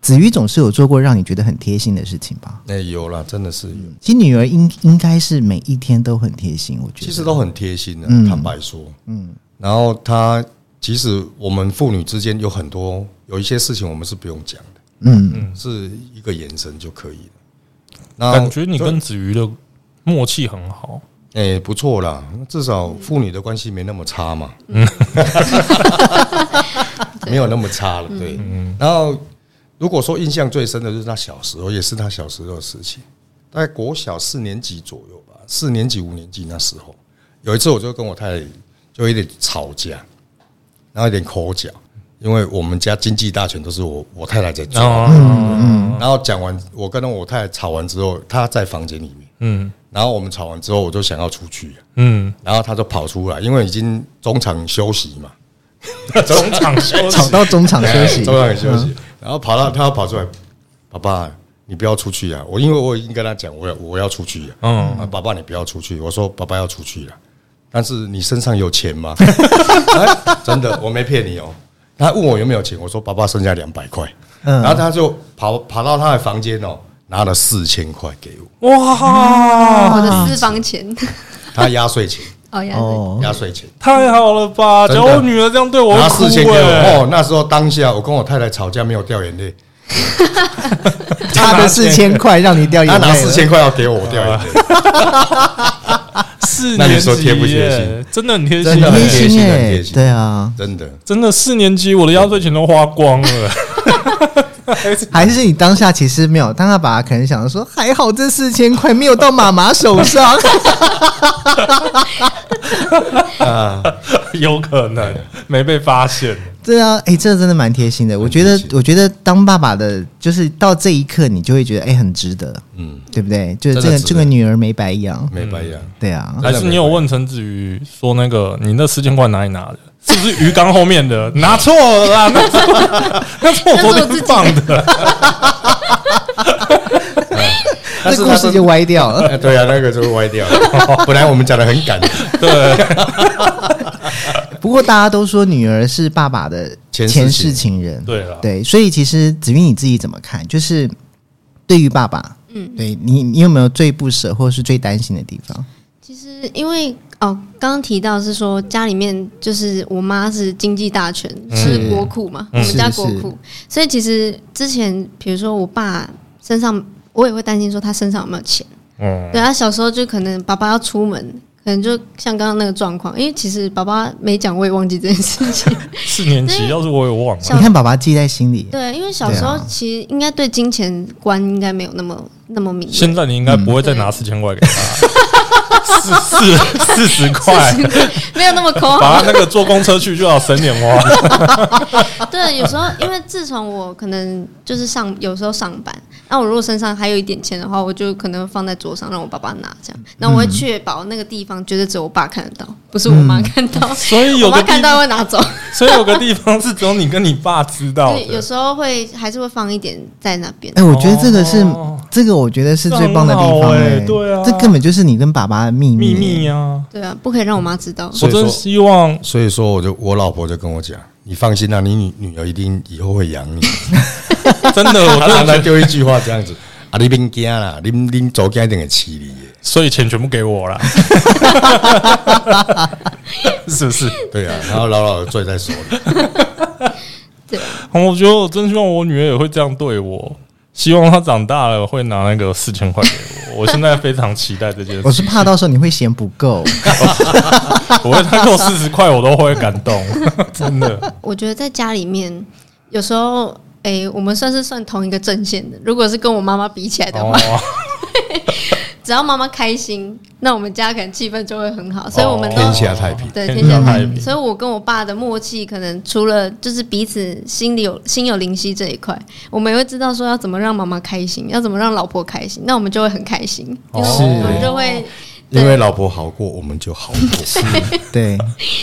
Speaker 1: 子瑜总是有做过让你觉得很贴心的事情吧？
Speaker 3: 那、哎有啦，真的是有，
Speaker 1: 其实女儿应应该是每一天都很贴心，我觉
Speaker 3: 其
Speaker 1: 得
Speaker 3: 实都很贴心的、
Speaker 1: 嗯
Speaker 3: 坦白说，嗯。然后他其实我们父女之间有很多有一些事情我们是不用讲的，
Speaker 1: 嗯，
Speaker 3: 是一个眼神就可以了。那
Speaker 2: 感觉你
Speaker 3: 就
Speaker 2: 跟子瑜的默契很好，
Speaker 3: 哎、不错啦，至少父女的关系没那么差嘛， <laughs> 没有那么差了。对，然后如果说印象最深的就是他小时候，也是他小时候的事情，大概国小四年级左右吧，四年级五年级那时候，有一次我就跟我太太就有点吵架，然后有点口角，因为我们家经济大权都是我我太太在做，
Speaker 2: 嗯
Speaker 3: 然后讲完我跟我太太吵完之后，她在房间里面，
Speaker 2: 嗯
Speaker 3: 然后我们吵完之后，我就想要出去。
Speaker 2: 嗯， <laughs>
Speaker 3: 然后他就跑出来，因为已经中场休息嘛，哎
Speaker 2: 中场
Speaker 3: <laughs>
Speaker 2: 休
Speaker 1: 吵
Speaker 2: 息，
Speaker 1: 到中场休息，嗯
Speaker 3: 中场休息，然后跑到他要跑出来，爸爸，你不要出去啊！我因为我已经跟他讲，我要我要出去啊，
Speaker 2: 嗯
Speaker 3: 啊，爸爸你不要出去，我说爸爸要出去了，但是你身上有钱吗？ <laughs> 哎真的，我没骗你哦。他问我有没有钱，我说爸爸剩下两百块，
Speaker 1: 嗯
Speaker 3: 然后他就跑跑到他的房间哦，拿了四千块给我，
Speaker 2: 哇，
Speaker 4: 我的私房钱， <laughs>
Speaker 3: 他压岁钱，
Speaker 4: 哦呀，
Speaker 1: 哦，
Speaker 3: 压岁钱。
Speaker 2: 太好了吧！假
Speaker 3: 真的
Speaker 2: 如我女儿这样对我，
Speaker 3: 拿
Speaker 2: 我
Speaker 3: 四
Speaker 2: 会
Speaker 3: 千
Speaker 2: 哭
Speaker 3: 给我
Speaker 1: 欸
Speaker 2: 哎。
Speaker 3: 哦，那时候当下我跟我太太吵架没有掉眼泪，
Speaker 1: 差的四千块让你掉
Speaker 3: 他
Speaker 1: 眼
Speaker 3: 拿
Speaker 1: 泪
Speaker 3: 四
Speaker 1: 了，
Speaker 3: 千块要给我，我掉眼泪，
Speaker 2: <laughs> 四
Speaker 3: 那
Speaker 2: 年
Speaker 3: 你说
Speaker 2: 级
Speaker 3: 贴不贴
Speaker 2: 耶
Speaker 3: 心？
Speaker 2: 真的很贴
Speaker 3: 真
Speaker 2: 心
Speaker 3: 的，很
Speaker 1: 贴
Speaker 3: 贴心
Speaker 1: 心
Speaker 3: 很
Speaker 1: 哎
Speaker 3: 贴，心
Speaker 1: 对啊，
Speaker 3: 真 <laughs> 的。
Speaker 2: 真的四年级我的压岁钱都花光了。 <laughs>
Speaker 1: 还是你当下其实没有，当下爸爸可能想着说，还好这四千块没有到妈妈手上。
Speaker 3: 啊
Speaker 2: <laughs> 有可能没被发现。
Speaker 1: 对啊，哎、这真的蛮贴心的。我觉
Speaker 3: 贴
Speaker 1: 得
Speaker 3: 心，
Speaker 1: 我觉得当爸爸的，就是到这一刻，你就会觉得，哎、很值得，
Speaker 3: 嗯，
Speaker 1: 对不对？就是
Speaker 3: 真
Speaker 1: 这
Speaker 3: 的
Speaker 1: 个
Speaker 3: 值得
Speaker 1: 这个女儿没白养，
Speaker 3: 没白养，
Speaker 1: 对啊，
Speaker 2: 还是你有问陈子瑜说那个你那四千块哪里拿的？是不是鱼缸后面的？拿错了啦，那是我那是我昨天放的。
Speaker 3: 但是
Speaker 1: 这故
Speaker 3: 他
Speaker 1: 事
Speaker 3: 是
Speaker 1: 就歪掉了。
Speaker 3: 哎对啊，那个就会歪掉 <laughs> 了。本来我们讲的很赶，
Speaker 2: 对，
Speaker 1: 不过大家都说女儿是爸爸的
Speaker 3: 前世
Speaker 1: 前
Speaker 3: 情
Speaker 1: 世情人，
Speaker 2: 对啦
Speaker 1: 对，所以其实子韵你自己怎么看？就是对于爸爸，
Speaker 4: 嗯，
Speaker 1: 对你，你有没有最不舍或是最担心的地方？
Speaker 4: 其实因为哦，刚刚提到是说家里面就是我妈是经济大权，是国库嘛，
Speaker 1: 嗯
Speaker 4: 我们家
Speaker 1: 是
Speaker 4: 国库，所以其实之前比如说我爸身上，我也会担心说他身上有没有钱。
Speaker 2: 嗯，
Speaker 4: 对他小时候就可能爸爸要出门，可能就像刚刚那个状况，因为其实爸爸没讲，我也忘记这件
Speaker 1: <laughs>
Speaker 4: 事情。
Speaker 2: 四年级要是我也忘了，
Speaker 4: 小
Speaker 1: 你看爸爸记在心里，
Speaker 4: 对，因为小时候
Speaker 1: 对啊
Speaker 4: 其实应该对金钱观应该没有那么那么敏
Speaker 2: 现
Speaker 4: 锐。
Speaker 2: 在你应该不会再拿四千块给他，四四四十块，
Speaker 4: 没有那么抠，
Speaker 2: 把他那个坐公车去就要省点花。
Speaker 4: <laughs> 对，有时候因为自从我可能就是上有时候上班，啊那我如果身上还有一点钱的话，我就可能放在桌上让我爸爸拿这样，然后我会确保那个地方绝对只有我爸看得到，不是我妈看到，
Speaker 2: 所以有
Speaker 4: 我
Speaker 2: 个
Speaker 4: 妈
Speaker 2: 地
Speaker 4: 看到，会拿走。
Speaker 2: 所以有个地方是只有你跟你爸知道
Speaker 4: 对， <laughs> 有
Speaker 2: 的。
Speaker 4: 时候会还是会放一点在那边
Speaker 1: 哎、。我觉得这个是、
Speaker 2: 哦
Speaker 1: 这个，我觉得是最棒的地
Speaker 2: 这很好
Speaker 1: 方、
Speaker 2: 哎
Speaker 1: 哎、
Speaker 2: 对啊
Speaker 1: 这根本就是你跟爸爸的秘密、
Speaker 2: 秘密啊！
Speaker 4: 对啊，不可以让我妈知道。
Speaker 2: 我
Speaker 3: 所以
Speaker 2: 真
Speaker 3: 说
Speaker 2: 希望
Speaker 3: 所以说我就我老婆就跟我讲，你放心啦、你女女儿一定以后会养你。
Speaker 2: 真的，我
Speaker 3: <laughs>
Speaker 2: 真的
Speaker 3: 她常
Speaker 2: 觉
Speaker 3: 常
Speaker 2: 得，
Speaker 3: 丢一句话这样子。 <laughs> 啊，你别惊啦，你你走家一定会气你的，
Speaker 2: 所以钱全部给我啦， <laughs> 是不是？
Speaker 3: 对啊，然后牢牢的攥在手里。
Speaker 4: 对啊，
Speaker 2: 我觉得我真希望我女儿也会这样对我，希望她长大了会拿那个四千块给我。我现在非常期待这件
Speaker 3: <laughs>
Speaker 2: 事
Speaker 1: 我。是怕到时候你会嫌不够，
Speaker 2: 我会他给我四十块，我都会感
Speaker 3: <laughs>
Speaker 2: 动，真的。
Speaker 4: 我觉得在家里面有时候，哎、我们算是算同一个阵线的。如果是跟我妈妈比起来的话，
Speaker 2: 哦，
Speaker 4: 只要妈妈开心，那我们家可能气氛就会很好。所以我们都、
Speaker 3: 天下太平
Speaker 4: 对
Speaker 2: 天
Speaker 4: 天
Speaker 2: 下
Speaker 4: 下
Speaker 2: 太
Speaker 4: 太
Speaker 2: 平
Speaker 4: 平。所以我跟我爸的默契，可能除了就是彼此心里有心有灵犀这一块，我们也会知道说要怎么让妈妈开心，要怎么让老婆开心，那我们就会很开心，因为
Speaker 2: 哦是
Speaker 4: 我们就会
Speaker 3: 因为老婆好过，我们就好过。 <laughs>
Speaker 1: 对，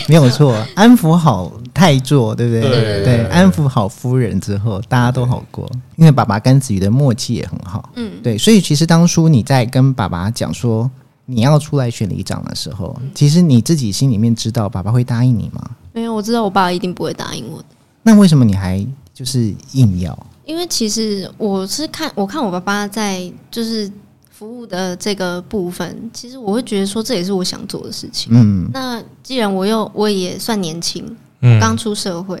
Speaker 1: 没有错，安抚好太座，对不对？
Speaker 2: 对
Speaker 1: 安抚好夫人之后，大家都好过，因为爸爸跟子瑜的默契也很好，
Speaker 4: 嗯，
Speaker 1: 对，所以其实当初你在跟爸爸讲说你要出来选里长的时候，
Speaker 4: 嗯
Speaker 1: 其实你自己心里面知道爸爸会答应你吗？
Speaker 4: 没有我知道我爸一定不会答应我的。
Speaker 1: 那为什么你还就是硬要？
Speaker 4: 因为其实我是看，我看我爸爸在就是服务的这个部分，其实我会觉得说这也是我想做的事情。
Speaker 1: 嗯，
Speaker 4: 那既然我又我也算年轻，
Speaker 2: 嗯
Speaker 4: 刚出社会，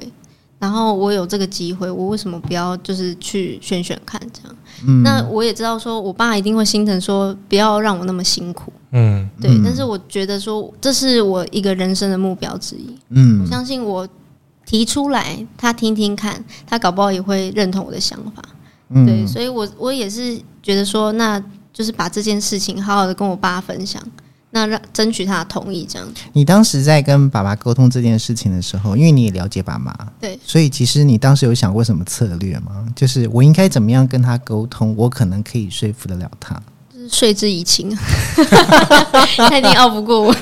Speaker 4: 然后我有这个机会，我为什么不要就是去选选看这样？
Speaker 1: 嗯
Speaker 4: 那我也知道说我爸一定会心疼，说不要让我那么辛苦，
Speaker 2: 嗯，
Speaker 4: 对。
Speaker 1: 嗯
Speaker 4: 但是我觉得说这是我一个人生的目标之一，我
Speaker 1: 嗯，
Speaker 4: 相信我提出来，他听听看，他搞不好也会认同我的想法。
Speaker 1: 嗯
Speaker 4: 对，所以我我也是觉得说，那就是把这件事情好好的跟我爸分享，那让争取他的同意，这样子。
Speaker 1: 你当时在跟爸爸沟通这件事情的时候，因为你也了解爸妈，
Speaker 4: 对，
Speaker 1: 所以其实你当时有想过什么策略吗？就是我应该怎么样跟他沟通，我可能可以说服得了他。
Speaker 4: 就是睡之以情，他一定拗不过我。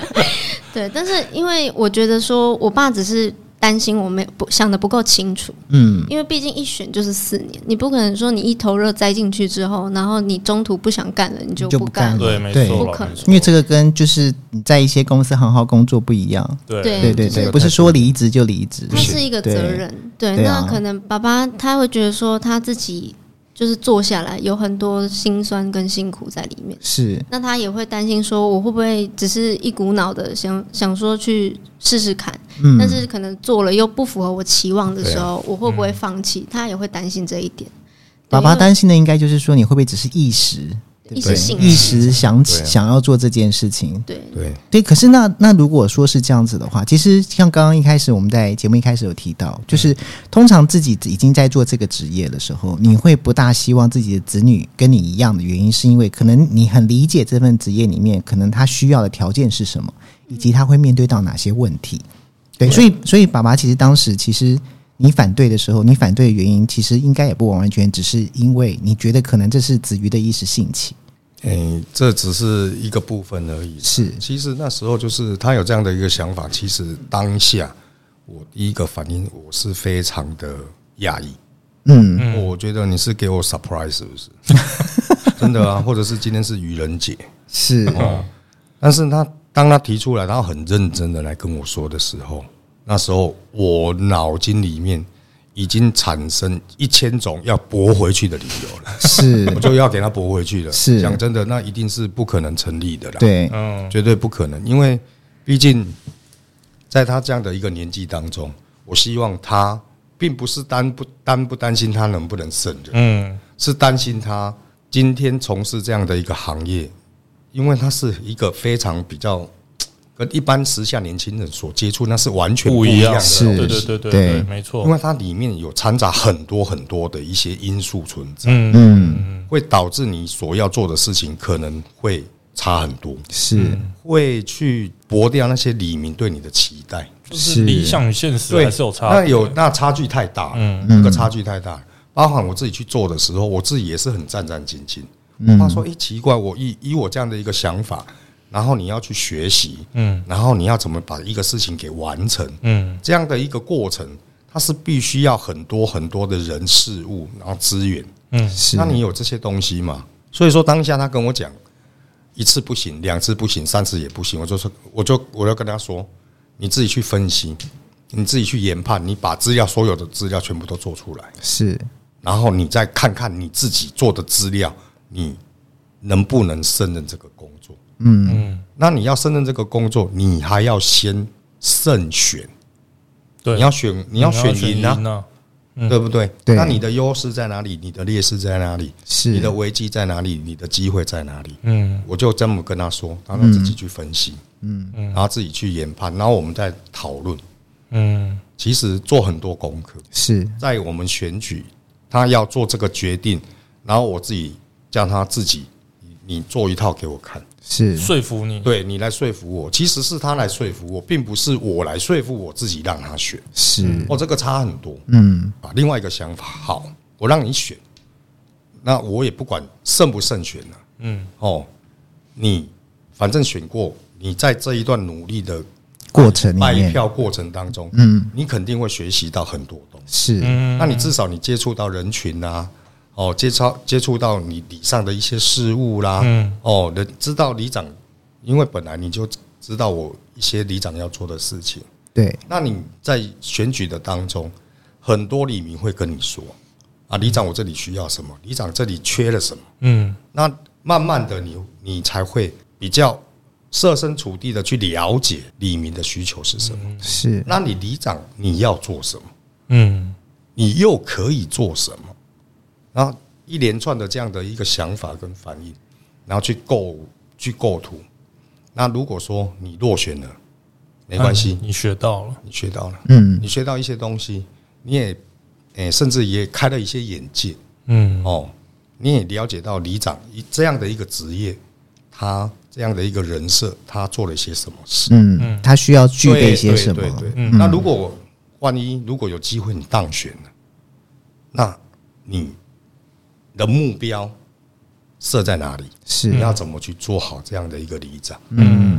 Speaker 4: <laughs> 对，但是因为我觉得说，我爸只是担心我没有不想的不够清楚，
Speaker 1: 嗯，
Speaker 4: 因为毕竟一选就是四年，你不可能说你一头热栽进去之后，然后你中途不想干了，你就
Speaker 1: 就
Speaker 4: 不
Speaker 1: 不干
Speaker 4: 干
Speaker 1: 了
Speaker 2: 对，
Speaker 4: 了。
Speaker 2: 没
Speaker 1: 对
Speaker 2: 错
Speaker 4: 不可
Speaker 2: 啦，
Speaker 4: 能
Speaker 2: 没错
Speaker 1: 因为这个跟就是你在一些公司行号工作不一样。
Speaker 2: 对
Speaker 4: 对
Speaker 1: 对对
Speaker 4: 这
Speaker 1: 对，
Speaker 3: 个
Speaker 1: 不是
Speaker 3: 太
Speaker 1: 说离职就离职，
Speaker 4: 它是一个责
Speaker 1: 对。
Speaker 4: 任，对，
Speaker 1: 对啊
Speaker 4: 那可能爸爸他会觉得说他自己就是做下来有很多辛酸跟辛苦在里面，
Speaker 1: 是，
Speaker 4: 那他也会担心说我会不会只是一股脑的想想说去试试看，
Speaker 1: 嗯，啊
Speaker 4: 但是可能做了又不符合我期望的时候，我会不会
Speaker 2: 嗯
Speaker 4: 放弃？他也会担心这一点。
Speaker 1: 爸爸
Speaker 4: 对
Speaker 1: 担心的应该就是说你会不会只是一时，
Speaker 4: 因为一
Speaker 1: 对
Speaker 4: 时兴
Speaker 1: 一
Speaker 4: 起，
Speaker 1: 时想起、
Speaker 3: 对啊
Speaker 1: 想要做这件事情，
Speaker 4: 对
Speaker 3: 对，
Speaker 1: 对，可是那那如果说是这样子的话，其实像刚刚一开始我们在节目一开始有提到，就是通常自己已经在做这个职业的时候，你会不大希望自己的子女跟你一样的原因，是因为可能你很理解这份职业里面可能他需要的条件是什么，以及他会面对到哪些问题。对，所以所以爸爸其实当时其实你反对的时候，你反对的原因其实应该也不完完全只是因为你觉得可能这是子瑜的一时兴起，
Speaker 3: 诶、哎这只是一个部分而已。
Speaker 1: 是
Speaker 3: 其实那时候就是他有这样的一个想法，其实当下我第一个反应我是非常的讶异，
Speaker 1: 嗯
Speaker 2: 嗯
Speaker 3: 我觉得你是给我 surprise 是不是？ <laughs> 真的啊，或者是今天是愚人节，
Speaker 1: <laughs> 是
Speaker 3: 但是他当他提出来，他很认真的来跟我说的时候，那时候我脑筋里面已经产生一千种要驳回去的理由了，我
Speaker 1: 是，
Speaker 3: 就要给他驳回去了。
Speaker 1: 是
Speaker 3: 讲真的，那一定是不可能成立的啦，，
Speaker 1: 对，
Speaker 2: 嗯，
Speaker 3: 绝对不可能，因为毕竟在他这样的一个年纪当中，我希望他并不是担不担不担心他能不能胜任，
Speaker 2: 嗯，
Speaker 3: 是担心他今天从事这样的一个行业，因为他是一个非常比较跟一般时下年轻人所接触那是完全
Speaker 2: 不
Speaker 3: 一样
Speaker 2: 样，
Speaker 3: 的
Speaker 1: 是
Speaker 2: 对
Speaker 3: 东
Speaker 2: 对
Speaker 3: 西，
Speaker 2: 对对对
Speaker 1: 对
Speaker 2: 对，没错
Speaker 3: 因，为它里面有掺杂很多很多的一些因素存在，
Speaker 2: 嗯，
Speaker 1: 嗯，
Speaker 3: 会导致你所要做的事情可能会差很多，
Speaker 1: 是
Speaker 3: 嗯会去驳掉那些李明对你的期待。
Speaker 2: 就是理想与现实还是有差别，
Speaker 3: 那有那差距太大了，
Speaker 2: 嗯
Speaker 3: 那个差距太大了。包含我自己去做的时候，我自己也是很战战兢兢。我怕说，诶，奇怪，我以以我这样的一个想法，然后你要去学习，
Speaker 2: 嗯
Speaker 3: 然后你要怎么把一个事情给完成，
Speaker 2: 嗯
Speaker 3: 这样的一个过程，它是必须要很多很多的人事物，然后资源。
Speaker 2: 嗯，
Speaker 1: 是
Speaker 3: 那，你有这些东西嘛？所以说当下他跟我讲一次不行，两次不行，三次也不行，我就说我就我就跟他说，你自己去分析，你自己去研判，你把资料所有的资料全部都做出来，
Speaker 1: 是
Speaker 3: 然后你再看看你自己做的资料，你能不能胜任这个工作？
Speaker 2: 嗯，
Speaker 3: 那你要胜任这个工作，你还要先慎选，
Speaker 2: 对，
Speaker 3: 你要选你要选赢啊，
Speaker 2: 啊，
Speaker 3: 对不对？
Speaker 1: 对
Speaker 3: 那你的优势在哪里？你的劣势在哪里？你
Speaker 1: 是
Speaker 3: 的危机在哪里？你的机会在哪里？
Speaker 2: 嗯
Speaker 3: 我就这么跟他说，让他自己去分析，嗯，然后自己去研判，然后我们再讨论。
Speaker 2: 嗯
Speaker 3: 其实做很多功课，
Speaker 1: 是
Speaker 3: 在我们选举，他要做这个决定，然后我自己叫他自己，你你做一套给我看，
Speaker 1: 是
Speaker 3: 嗯
Speaker 2: 说服你，
Speaker 3: 对你来说服我，其实是他来说服我，并不是我来说服我自己让他选。
Speaker 1: 是，
Speaker 3: 哦，这个差很多。
Speaker 1: 嗯，
Speaker 3: 把另外一个想法，好，我让你选，那我也不管胜不胜选了、
Speaker 2: 嗯
Speaker 3: 哦，你反正选过，你在这一段努力的
Speaker 1: 过程里
Speaker 3: 卖
Speaker 1: 面
Speaker 3: 票过程当中，嗯，你肯定会学习到很多东西。
Speaker 1: 是
Speaker 2: 嗯
Speaker 3: 那你至少你接触到人群啊，哦，接触接触到你里上的一些事物啦、
Speaker 2: 嗯
Speaker 3: 哦，人知道里长，因为本来你就知道我一些里长要做的事情。
Speaker 1: 对
Speaker 3: 那你在选举的当中，很多里民会跟你说啊，里长我这里需要什么，里长这里缺了什么。
Speaker 2: 嗯
Speaker 3: 那慢慢的你，你才会比较设身处地的去了解里民的需求是什么。
Speaker 1: 是
Speaker 3: 那你里长你要做什么，
Speaker 2: 嗯
Speaker 3: 你又可以做什么？然后一连串的这样的一个想法跟反应，然后去构去构图。那如果说你落选了，没关系
Speaker 2: 嗯，你学到了，
Speaker 3: 你学到了。
Speaker 1: 嗯
Speaker 3: 你学到一些东西，你也，诶、甚至也开了一些眼界
Speaker 2: 嗯
Speaker 3: 哦。你也了解到里长一这样的一个职业，他这样的一个人设，他做了一些什么事，
Speaker 1: 嗯，他需要具备
Speaker 3: 对
Speaker 1: 一些什么
Speaker 3: 对？对对
Speaker 2: 嗯
Speaker 3: 那如果万一如果有机会你当选了，那你的目标设在哪里？你
Speaker 1: 是，
Speaker 3: 要怎么去做好这样的一个里长？
Speaker 2: 嗯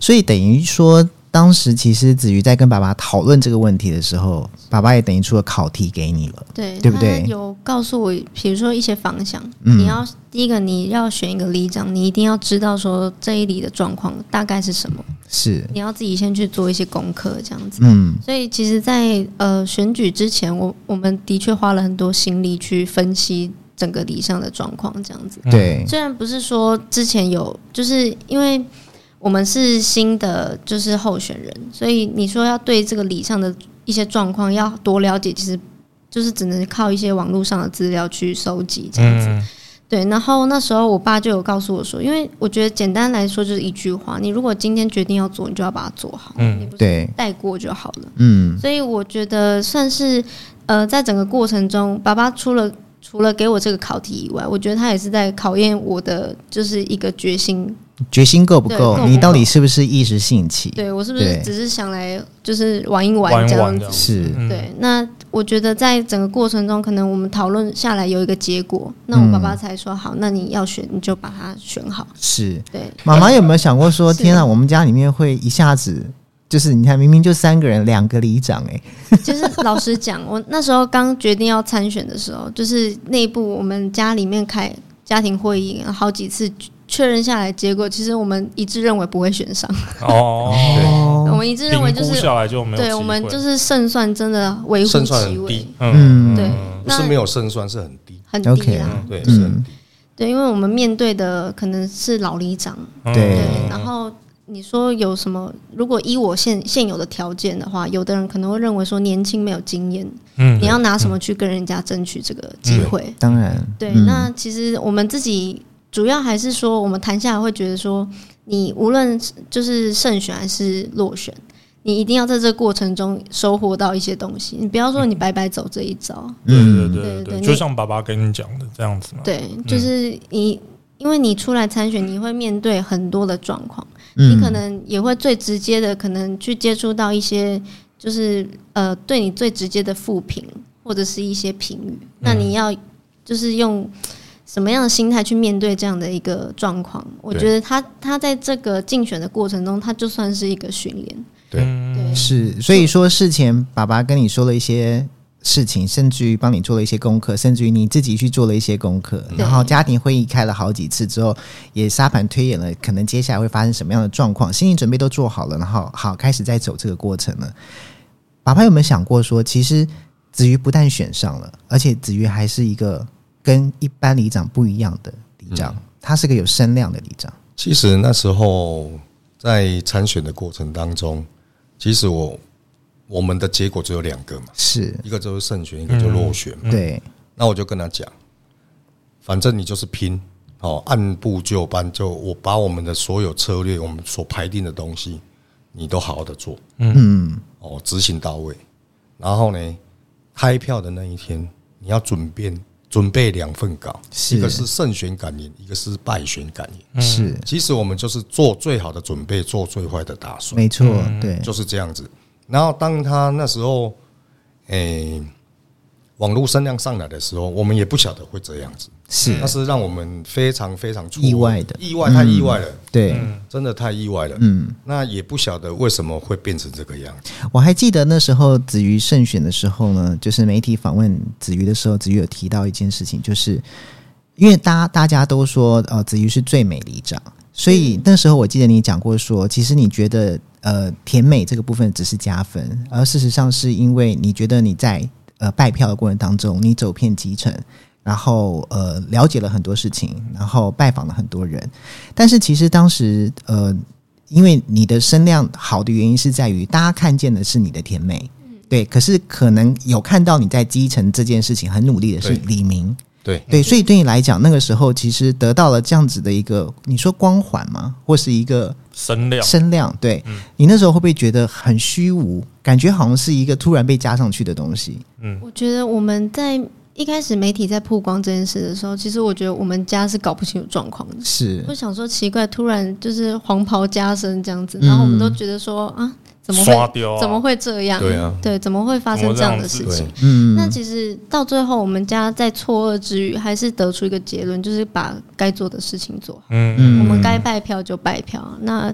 Speaker 1: 所以等于说，当时其实子瑜在跟爸爸讨论这个问题的时候，爸爸也等于出了考题给你了。
Speaker 4: 对，
Speaker 1: 对不对嗯
Speaker 4: 他有告诉我，比如说一些方向，你要第一个你要选一个里长，你一定要知道说这一里的状况大概是什么，
Speaker 1: 是，
Speaker 4: 你要自己先去做一些功课，这样子。
Speaker 1: 嗯，
Speaker 4: 所以其实在，呃选举之前，我我们的确花了很多心力去分析整个里上的状况，这样子。
Speaker 2: 嗯
Speaker 3: 嗯
Speaker 1: 对，
Speaker 4: 虽然不是说之前有，就是因为我们是新的就是候选人，所以你说要对这个理上的一些状况要多了解，其实就是只能靠一些网络上的资料去收集这样子。
Speaker 2: 嗯
Speaker 4: 对，然后那时候我爸就有告诉我说，因为我觉得简单来说就是一句话，你如果今天决定要做，你就要把它做好，你
Speaker 2: 嗯
Speaker 4: 不是
Speaker 1: 对，
Speaker 4: 带过就好了。
Speaker 1: 嗯，
Speaker 4: 所以我觉得算是呃，在整个过程中，爸爸除了除了给我这个考题以外，我觉得他也是在考验我的就是一个决心，
Speaker 1: 决心够不
Speaker 4: 对
Speaker 1: 够？
Speaker 4: 够
Speaker 1: 你
Speaker 4: 不
Speaker 1: 到
Speaker 4: 够
Speaker 1: 底是不是一时兴起？
Speaker 4: 对我是不
Speaker 1: 对
Speaker 4: 是只是想来就是玩一
Speaker 2: 玩
Speaker 4: 这
Speaker 2: 一
Speaker 4: 样
Speaker 2: 玩
Speaker 4: 子
Speaker 2: 这。样，
Speaker 1: 是，
Speaker 2: 嗯，
Speaker 4: 对，那我觉得在整个过程中，可能我们讨论下来有一个结果，那
Speaker 2: 嗯
Speaker 4: 我爸爸才说好，那你要选你就把它选好。
Speaker 1: 是。
Speaker 4: 对，
Speaker 1: 妈妈有没有想过说，
Speaker 4: 是
Speaker 1: 天啊，我们家里面会一下子就是你看，明明就三个人，两个里长、欸，
Speaker 4: 其实老实讲，我那时候刚决定要参选的时候，就是内部我们家里面开。家庭会议，好几次确认下来，结果其实我们一致认为不会选上，
Speaker 3: <laughs>
Speaker 2: 哦，
Speaker 4: 我
Speaker 1: 哦，
Speaker 4: 们一致
Speaker 2: 评
Speaker 4: 认为就
Speaker 2: 估
Speaker 4: 是
Speaker 2: 下来就没有机会，
Speaker 4: 对，我们就是胜算真的微乎
Speaker 3: 胜算
Speaker 4: 其
Speaker 3: 很
Speaker 4: 微
Speaker 3: 低，，
Speaker 2: 嗯，
Speaker 1: 嗯，
Speaker 4: 对，
Speaker 3: 不
Speaker 4: 那
Speaker 3: 是没有胜算，是很低，
Speaker 4: 很低
Speaker 1: OK
Speaker 4: 啦。
Speaker 2: 嗯
Speaker 3: 对，
Speaker 1: 嗯
Speaker 3: 是很低。
Speaker 4: 对，因为我们面对的可能是老里长，
Speaker 2: 嗯
Speaker 1: 对
Speaker 4: 对，然后你说有什么？如果依我现现有的条件的话，有的人可能会认为说年轻没有经验，
Speaker 2: 嗯
Speaker 4: 你要拿什么去跟人家争取这个机会？
Speaker 1: 当然，
Speaker 4: 对，
Speaker 1: 嗯
Speaker 4: 那其实我们自己主要还是说，我们谈下来会觉得说，你无论是就是胜选还是落选。你一定要在这个过程中收获到一些东西，你不要说你白白走这一招。
Speaker 2: 对
Speaker 1: 嗯
Speaker 2: 对
Speaker 4: 对
Speaker 2: 对
Speaker 4: 对
Speaker 2: 对，
Speaker 4: 你
Speaker 2: 就像爸爸跟你讲的这样子嘛，
Speaker 4: 对，就是你，因为你出来参选，你会面对很多的状况。
Speaker 1: 嗯
Speaker 4: 你可能也会最直接的，可能去接触到一些就是呃对你最直接的负评或者是一些评语，那你要就是用什么样的心态去面对这样的一个状况？我
Speaker 3: 对
Speaker 4: 觉得他他在这个竞选的过程中，他就算是一个训练。
Speaker 3: 对
Speaker 4: 对
Speaker 1: 是，所以说事前爸爸跟你说了一些事情，甚至于帮你做了一些功课，甚至于你自己去做了一些功课，然后家庭会议开了好几次之后，也沙盘推演了可能接下来会发生什么样的状况，心理准备都做好了，然后好开始在走这个过程了。爸爸有没有想过说，其实子瑜不但选上了，而且子瑜还是一个跟一般里长不一样的里长，他是个有声量的里长。
Speaker 3: 其实那时候在参选的过程当中，其实我我们的结果只有两个嘛，
Speaker 1: 是
Speaker 3: 一个就是胜选，一个就落选嘛。
Speaker 1: 对，
Speaker 3: 那我就跟他讲，反正你就是拼，哦，按部就班，就我把我们的所有策略，我们所排定的东西，你都好好的做，
Speaker 1: 嗯，
Speaker 3: 哦，执行到位。然后呢，开票的那一天，你要准备准备两份稿，
Speaker 1: 是
Speaker 3: 一个是胜选感言，一个是败选感言。
Speaker 1: 是
Speaker 3: 其实我们就是做最好的准备，做最坏的打算，
Speaker 1: 没错，对，
Speaker 3: 就是这样子。然后当他那时候，诶、网络声量上来的时候，我们也不晓得会这样子，
Speaker 1: 是
Speaker 3: 那是让我们非常非常
Speaker 1: 嗯
Speaker 3: 出
Speaker 1: 意外的
Speaker 3: 意外太意外了，
Speaker 1: 对。
Speaker 3: 真的太意外了。
Speaker 1: 嗯，
Speaker 3: 那也不晓得为什么会变成这个样子。
Speaker 1: 我还记得那时候子瑜胜选的时候呢，就是媒体访问子瑜的时候，子瑜有提到一件事情，就是因为大大家都说呃子瑜是最美里长，所以那时候我记得你讲过说，其实你觉得呃甜美这个部分只是加分，而事实上是因为你觉得你在呃拜票的过程当中，你走遍基层。然后呃，了解了很多事情，然后拜访了很多人，但是其实当时呃，因为你的声量好的原因是在于大家看见的是你的甜美，
Speaker 4: 嗯
Speaker 1: 对。可是可能有看到你在基层这件事情很努力的是
Speaker 3: 对
Speaker 1: 李明，
Speaker 3: 对，
Speaker 1: 对。所以对你来讲，那个时候其实得到了这样子的一个，你说光环吗？或是一个
Speaker 2: 声量，
Speaker 1: 声量？对、你那时候会不会觉得很虚无？感觉好像是一个突然被加上去的东西。
Speaker 4: 我觉得我们在一开始媒体在曝光这件事的时候，其实我觉得我们家是搞不清楚状况的。
Speaker 1: 是
Speaker 4: 我想说奇怪，突然就是黄袍加身这样子，然后我们都觉得说啊，怎么会
Speaker 2: 刷掉啊
Speaker 4: 怎么会这样？
Speaker 3: 对啊
Speaker 4: 对，怎么会发
Speaker 2: 怎
Speaker 4: 生
Speaker 2: 么
Speaker 4: 这
Speaker 2: 这
Speaker 4: 样
Speaker 2: 样
Speaker 4: 的事
Speaker 3: 对
Speaker 4: 情？，
Speaker 1: 嗯
Speaker 4: 那其实到最后，我们家在错愕之余，还是得出一个结论，就是把该做的事情做好。
Speaker 2: 嗯，
Speaker 1: 嗯
Speaker 4: 我们该拜票就拜票，啊那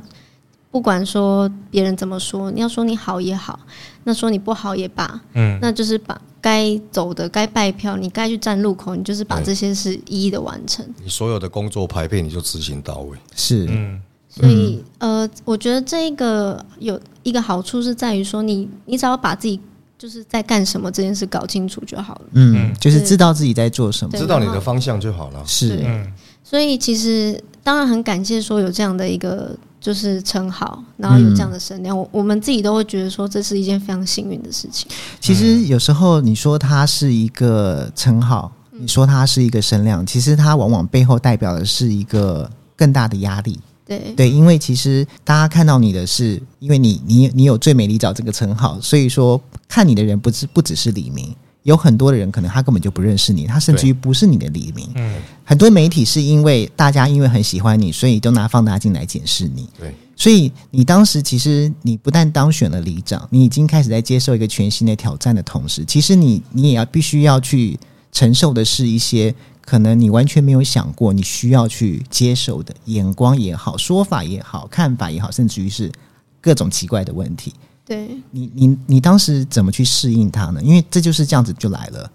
Speaker 4: 不管说别人怎么说，你要说你好也好，那说你不好也罢，
Speaker 2: 嗯，
Speaker 4: 那就是把该走的、该拜票，你该去站路口，你就是把
Speaker 3: 对
Speaker 4: 这些事一一的完成。
Speaker 3: 你所有的工作排配你就执行到位。
Speaker 1: 是、
Speaker 2: 嗯，
Speaker 4: 所以呃，我觉得这个有一个好处是在于说你，你只要把自己就是在干什么这件事搞清楚就好了。
Speaker 1: 嗯，就是
Speaker 4: 对
Speaker 1: 知道自己在做什么
Speaker 4: 对。
Speaker 3: 知道你的方向就好了。
Speaker 1: 是
Speaker 4: 对所以其实当然很感谢说有这样的一个就是称号，然后有这样的声量，我我们自己都会觉得说这是一件非常幸运的事情。
Speaker 1: 其实有时候你说它是一个称号，你说它是一个声量，其实它往往背后代表的是一个更大的压力。
Speaker 4: 对
Speaker 1: 对，因为其实大家看到你的是，因为你你你有“最美丽找”这个称号，所以说看你的人不是不只是李明，有很多的人可能他根本就不认识你，他甚至于不是你的李明。
Speaker 2: 嗯，
Speaker 1: 很多媒体是因为大家因为很喜欢你，所以都拿放大镜来检视你。
Speaker 3: 对，
Speaker 1: 所以你当时其实你不但当选了里长，你已经开始在接受一个全新的挑战的同时，其实你你也要必须要去承受的是一些可能你完全没有想过你需要去接受的眼光也好、说法也好、看法也好，甚至于是各种奇怪的问题。
Speaker 4: 对
Speaker 1: 你你你当时怎么去适应它呢？因为这就是这样子就来了。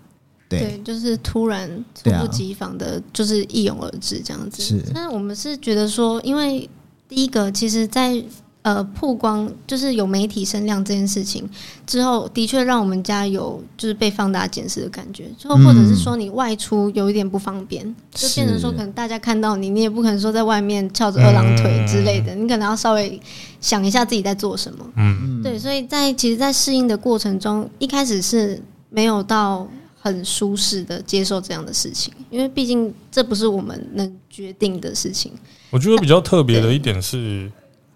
Speaker 1: 对，
Speaker 4: 就是突然猝
Speaker 1: 对啊
Speaker 4: 不及防的，就是一涌而至这样子。
Speaker 1: 是
Speaker 4: 但我们是觉得说，因为第一个，其实在，呃曝光，就是有媒体声量这件事情之后，的确让我们家有就是被放大检视的感觉。之后，
Speaker 1: 嗯
Speaker 4: 或者是说你外出有一点不方便，就是变成说可能大家看到你，你也不可能说在外面翘着二郎腿之类的，你可能要稍微想一下自己在做什么。
Speaker 2: 嗯，
Speaker 4: 对，所以在其实，在适应的过程中，一开始是没有到很舒适的接受这样的事情，因为毕竟这不是我们能决定的事情。
Speaker 2: 我觉得比较特别的一点是，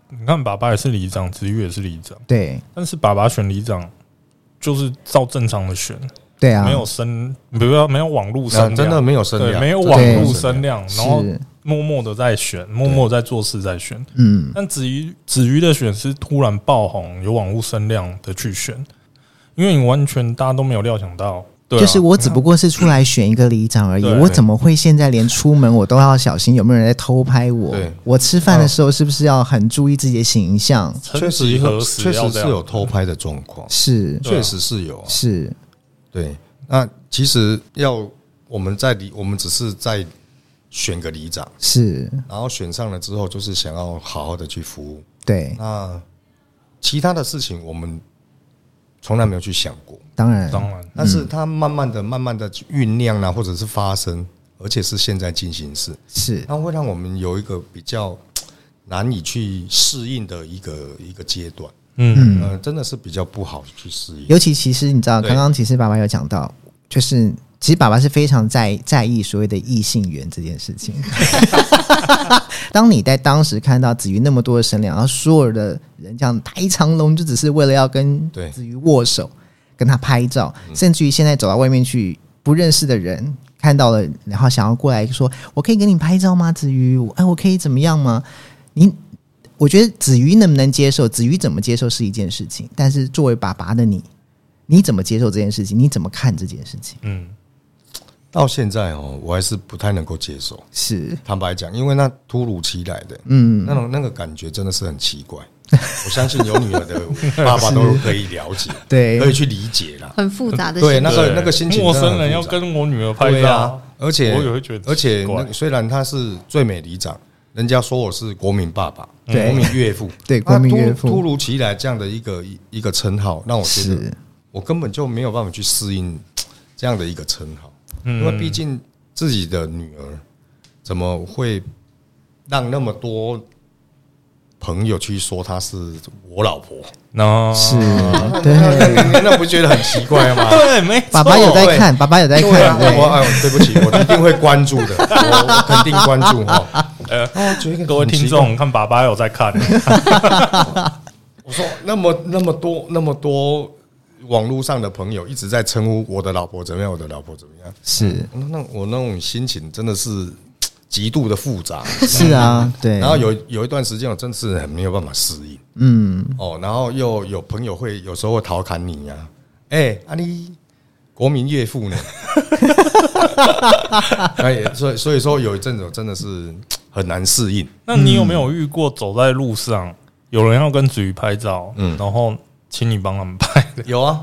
Speaker 2: 你看爸爸也是里长，子玉也是里长，
Speaker 1: 对
Speaker 2: 但是爸爸选里长就是照正常的选，
Speaker 1: 对啊，
Speaker 2: 没有声，不要没有网络声
Speaker 3: 那
Speaker 2: 量，
Speaker 3: 啊真的没有声
Speaker 2: 对，
Speaker 3: 量，
Speaker 2: 没有
Speaker 3: 真
Speaker 2: 网
Speaker 3: 的
Speaker 2: 络
Speaker 3: 声
Speaker 2: 声
Speaker 3: 量。
Speaker 2: 量，然后
Speaker 1: 是
Speaker 2: 默默的在选，默默地在做事在选。
Speaker 1: 嗯
Speaker 2: 但子瑜子瑜的选是突然爆红，有网络声量的去选，因为你完全大家都没有料想到，对啊、
Speaker 1: 就是我只不过是出来选一个里长而已，
Speaker 2: 对
Speaker 1: 我怎么会现在连出门我都要小心有没有人在偷拍我
Speaker 3: 对？
Speaker 1: 我吃饭的时候是不是要很注意自己的形象？
Speaker 3: 确
Speaker 2: 确
Speaker 3: 实
Speaker 2: 实
Speaker 3: 有，
Speaker 2: 何时
Speaker 3: 确
Speaker 2: 要
Speaker 3: 实
Speaker 2: 这
Speaker 3: 是
Speaker 2: 样
Speaker 3: 有偷拍的状况，
Speaker 1: 是
Speaker 2: 对啊
Speaker 3: 确实是有啊。
Speaker 1: 是，
Speaker 3: 对，那其实要我们在里，我们只是在选个里长，
Speaker 1: 是，
Speaker 3: 然后选上了之后，就是想要好好的去服务。
Speaker 1: 对，
Speaker 3: 那其他的事情我们从来没有去想过，
Speaker 1: 当然
Speaker 2: 当然，
Speaker 3: 但是它慢慢的、慢慢的酝酿啊，或者是发生，而且是现在进行式，
Speaker 1: 是
Speaker 3: 它会让我们有一个比较难以去适应的一个一个阶段。
Speaker 2: 嗯，
Speaker 3: 嗯、真的是比较不好去适应。
Speaker 1: 尤其其实你知道，
Speaker 3: 嗯对
Speaker 1: 刚刚其实爸爸有讲到，就是其实爸爸是非常在在意所谓的异性缘这件事情。当你在当时看到子瑜那么多的声量，然后所有的人这样排长龙，就只是为了要跟
Speaker 3: 对嗯
Speaker 1: 子瑜握手，跟他拍照，甚至于现在走到外面去，不认识的人看到了，然后想要过来说：“我可以跟你拍照吗？”子瑜，我哎，我可以怎么样吗？你我觉得子瑜能不能接受，子瑜怎么接受是一件事情，但是作为爸爸的你，你怎么接受这件事情？你怎么看这件事情？
Speaker 2: 嗯，
Speaker 3: 到现在哦，我还是不太能够接受。
Speaker 1: 是，
Speaker 3: 坦白讲，因为那突如其来的，
Speaker 1: 嗯，
Speaker 3: 那种那个感觉真的是很奇怪。 <laughs> 我相信有女儿的爸爸都可以了解，
Speaker 1: <laughs> 对
Speaker 3: 可，以去理解啦。
Speaker 4: 很复杂的
Speaker 3: 对
Speaker 4: 心
Speaker 3: 那
Speaker 4: 理
Speaker 3: 个
Speaker 2: 对
Speaker 3: 那个心情
Speaker 2: 陌
Speaker 3: 真的很
Speaker 2: 生人要
Speaker 3: 复杂
Speaker 2: 跟我女儿拍
Speaker 3: 对
Speaker 2: 照
Speaker 3: 啊，，而且
Speaker 2: 我也会觉得
Speaker 3: 而且
Speaker 2: 奇怪
Speaker 3: 那个虽然他是最美里长，人家说我是国民爸爸、
Speaker 1: 对
Speaker 3: 国民岳父，
Speaker 1: 对
Speaker 3: 那
Speaker 1: 国民
Speaker 3: 突
Speaker 1: 岳父
Speaker 3: 突如其来这样的一个一一个称号，让我觉得
Speaker 1: 是，
Speaker 3: 我根本就没有办法去适应这样的一个称号，
Speaker 2: 嗯
Speaker 3: 因为毕竟自己的女儿怎么会让那么多朋友去说她是我老婆？
Speaker 2: 然后
Speaker 1: 是，
Speaker 3: 那
Speaker 1: 对。
Speaker 3: <laughs> 那那不觉得很奇怪吗？
Speaker 2: 对，没错
Speaker 1: 爸爸有在看，爸爸有在
Speaker 3: 对啊
Speaker 1: 看，，对，
Speaker 3: 我哎，对不起，我一定会关注的，我我肯定关注
Speaker 2: <laughs>
Speaker 3: 哈。呃，我觉得
Speaker 2: 各位
Speaker 3: 很奇
Speaker 2: 听
Speaker 3: 怪，
Speaker 2: 众，看爸爸有在看，
Speaker 3: <laughs> 我说那么那么多那么多网络上的朋友一直在称呼我的老婆怎么样，我的老婆怎么样。
Speaker 1: 是
Speaker 3: 那那我那种心情真的是极度的复杂。
Speaker 1: 是啊，对，
Speaker 3: 然后有有一段时间，我真的是很没有办法适应
Speaker 1: 嗯，
Speaker 3: 哦。然后又有朋友会有时候会调侃你呀、哎、阿、丽，国民岳父呢？ <laughs> 哎，所以所以说有一阵子我真的是很难适应。
Speaker 2: 那你有没有遇过走在路上有人要跟子瑜拍照，
Speaker 3: 嗯
Speaker 2: 然后请你帮他们拍的？ <laughs>
Speaker 3: 有啊，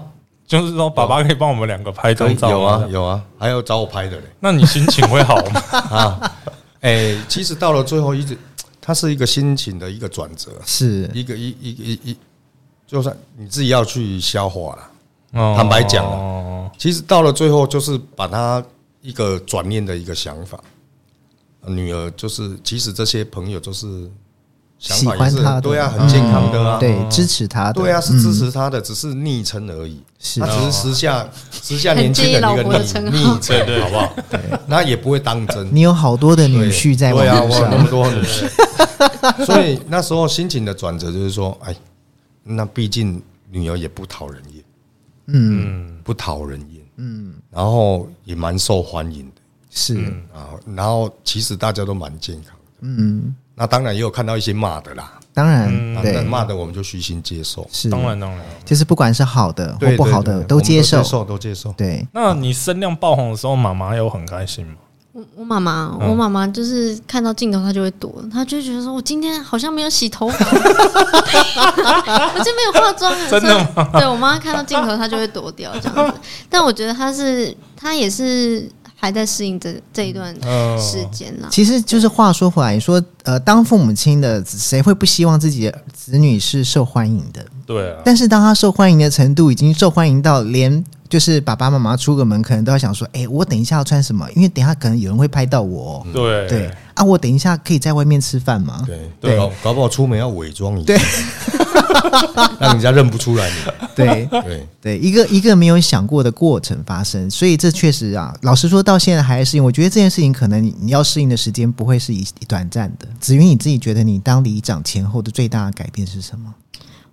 Speaker 2: 就是说，爸爸可以帮我们两个拍张照
Speaker 3: 有
Speaker 2: 吗
Speaker 3: 啊，？有啊，还有找我拍的嘞。
Speaker 2: 那你心情会好吗？
Speaker 3: 哎、其实到了最后一直，它是一个心情的一个转折，
Speaker 1: 是
Speaker 3: 一个一一一一，就算你自己要去消化了。
Speaker 2: 哦
Speaker 3: <laughs> 坦白讲啊其实到了最后，就是把他一个转念的一个想法，女儿就是，其实这些朋友就是想
Speaker 1: 喜
Speaker 3: 法也
Speaker 1: 欢他
Speaker 3: 是
Speaker 1: 的，嗯
Speaker 3: 很对啊，很健康的啊，
Speaker 1: 对，支持他的，
Speaker 3: 对啊，是支
Speaker 1: 嗯，
Speaker 3: 持他的，只是昵称而已。
Speaker 1: 是
Speaker 3: 他只是时下时下年轻人的一个
Speaker 4: 嗯很介意老婆的称
Speaker 3: 昵
Speaker 4: 号
Speaker 3: 昵
Speaker 2: 对
Speaker 3: <laughs>
Speaker 2: 对
Speaker 3: 称，好不好？那也不会当真。
Speaker 1: 你有好多的女婿在网
Speaker 3: 对啊，
Speaker 1: 络
Speaker 3: 我有
Speaker 1: 上，
Speaker 3: 那么多女婿，
Speaker 1: <laughs>
Speaker 3: 所以那时候心情的转折就是说，哎，那毕竟女儿也不讨人厌，
Speaker 1: 嗯，
Speaker 3: 不讨人厌，嗯，然后也蛮受欢迎的。
Speaker 1: 是，
Speaker 3: 啊，然后其实大家都蛮健康的。
Speaker 1: 嗯，
Speaker 3: 那当然也有看到一些骂的啦，
Speaker 1: 当然，
Speaker 3: 啊那
Speaker 1: 对，
Speaker 3: 骂的我们就虚心接受，
Speaker 1: 是，
Speaker 2: 当然当然。
Speaker 1: 就是不管是好的或
Speaker 3: 对
Speaker 1: 不好
Speaker 3: 对
Speaker 1: 的
Speaker 3: 对
Speaker 1: 都
Speaker 3: 我们
Speaker 1: 接受，
Speaker 3: 受，都接受。
Speaker 1: 对，
Speaker 2: 那你声量爆红的时候，妈妈有很开心吗？
Speaker 4: 我我妈妈，
Speaker 2: 嗯
Speaker 4: 我妈妈就是看到镜头，她就会躲，她就会觉得说我今天好像没有洗头发， <laughs> 我今天没有化妆，
Speaker 2: 真的
Speaker 4: 吗？对我妈看到镜头，她就会躲掉这样子。但我觉得她是他也是还在适应这这一段
Speaker 2: 嗯
Speaker 4: 时间啦。
Speaker 1: 其实就是话说回来，你说呃，当父母亲的谁会不希望自己的子女是受欢迎的？
Speaker 2: 对啊，
Speaker 1: 但是当他受欢迎的程度已经受欢迎到连就是爸爸妈妈出个门，可能都要想说，哎、我等一下要穿什么？因为等一下可能有人会拍到我、哦。
Speaker 2: 对
Speaker 1: 对啊，我等一下可以在外面吃饭吗？
Speaker 3: 对
Speaker 1: 嗯对
Speaker 3: 搞搞不好出门要伪装一下
Speaker 1: 对，
Speaker 3: <laughs> 让人家认不出来你。
Speaker 1: 对 <laughs>
Speaker 3: 对，
Speaker 1: 对，一个一个没有想过的过程发生，所以这确实啊，老实说到现在还在适应。我觉得这件事情可能你你要适应的时间不会是一短暂的。子云，你自己觉得你当里长前后的最大的改变是什么？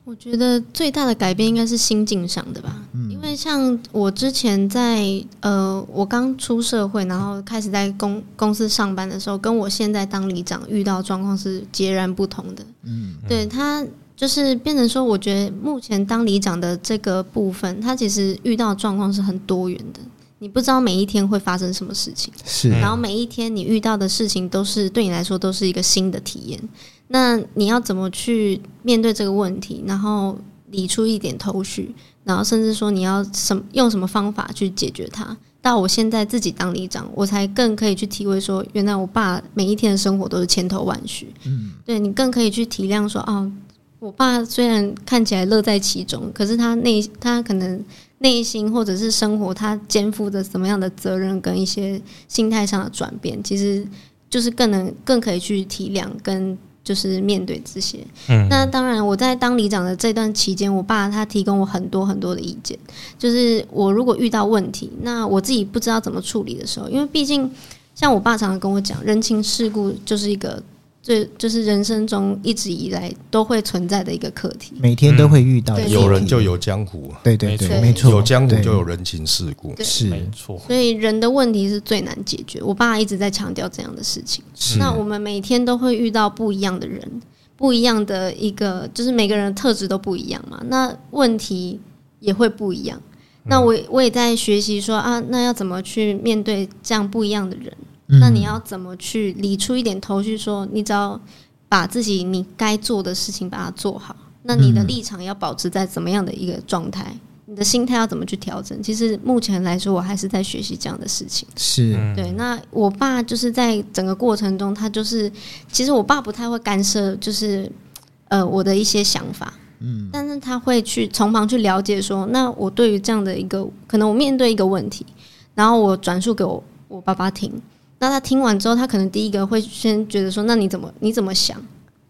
Speaker 4: 我觉得最大的改变应该是心境上的吧，因为像我之前在呃，我刚出社会，然后开始在公公司上班的时候，跟我现在当里长遇到的状况是截然不同的。嗯，对他就是变成说，我觉得目前当里长的这个部分，他其实遇到的状况是很多元的，你不知道每一天会发生什么事情。
Speaker 1: 是
Speaker 4: 然后每一天你遇到的事情都是对你来说都是一个新的体验。那你要怎么去面对这个问题，然后理出一点头绪，然后甚至说你要什么用什么方法去解决它？到我现在自己当里长，我才更可以去体会说，原来我爸每一天的生活都是千头万绪。嗯，对你更可以去体谅说，哦，我爸虽然看起来乐在其中，可是他内他可能内心或者是生活，他肩负着什么样的责任跟一些心态上的转变，其实就是更能更可以去体谅跟就是面对这些。
Speaker 2: 嗯
Speaker 4: 那当然，我在当里长的这段期间，我爸他提供我很多很多的意见，就是我如果遇到问题，那我自己不知道怎么处理的时候，因为毕竟像我爸常常跟我讲，人情世故就是一个。最就是人生中一直以来都会存在的一个课题，
Speaker 1: 每天都会遇到
Speaker 4: 嗯
Speaker 1: 的
Speaker 4: 对
Speaker 3: 有人
Speaker 1: 问题
Speaker 3: 就有江湖，啊
Speaker 1: 对对对，没
Speaker 4: 没
Speaker 1: 错，
Speaker 4: 错
Speaker 3: 有江湖就有
Speaker 1: 对
Speaker 3: 人情世故。
Speaker 4: 对
Speaker 1: 是
Speaker 2: 没错，
Speaker 4: 所以人的问题是最难解决。我爸一直在强调这样的事情。
Speaker 1: 是
Speaker 4: 那我们每天都会遇到不一样的人，不一样的一个，就是每个人的特质都不一样嘛，那问题也会不一样。那我我也在学习说啊，那要怎么去面对这样不一样的人？
Speaker 1: 嗯
Speaker 4: 那你要怎么去理出一点头绪？说你只要把自己你该做的事情把它做好，那你的立场要保持在怎么样的一个状态？你的心态要怎么去调整？其实目前来说，我还是在学习这样的事情。
Speaker 1: 是
Speaker 2: 嗯
Speaker 4: 对，那我爸就是在整个过程中，他就是其实我爸不太会干涉，就是呃我的一些想法，嗯，但是他会去从旁去了解说，那我对于这样的一个可能，我面对一个问题，然后我转述给我我爸爸听，那他听完之后，他可能第一个会先觉得说，那你怎么你怎么想？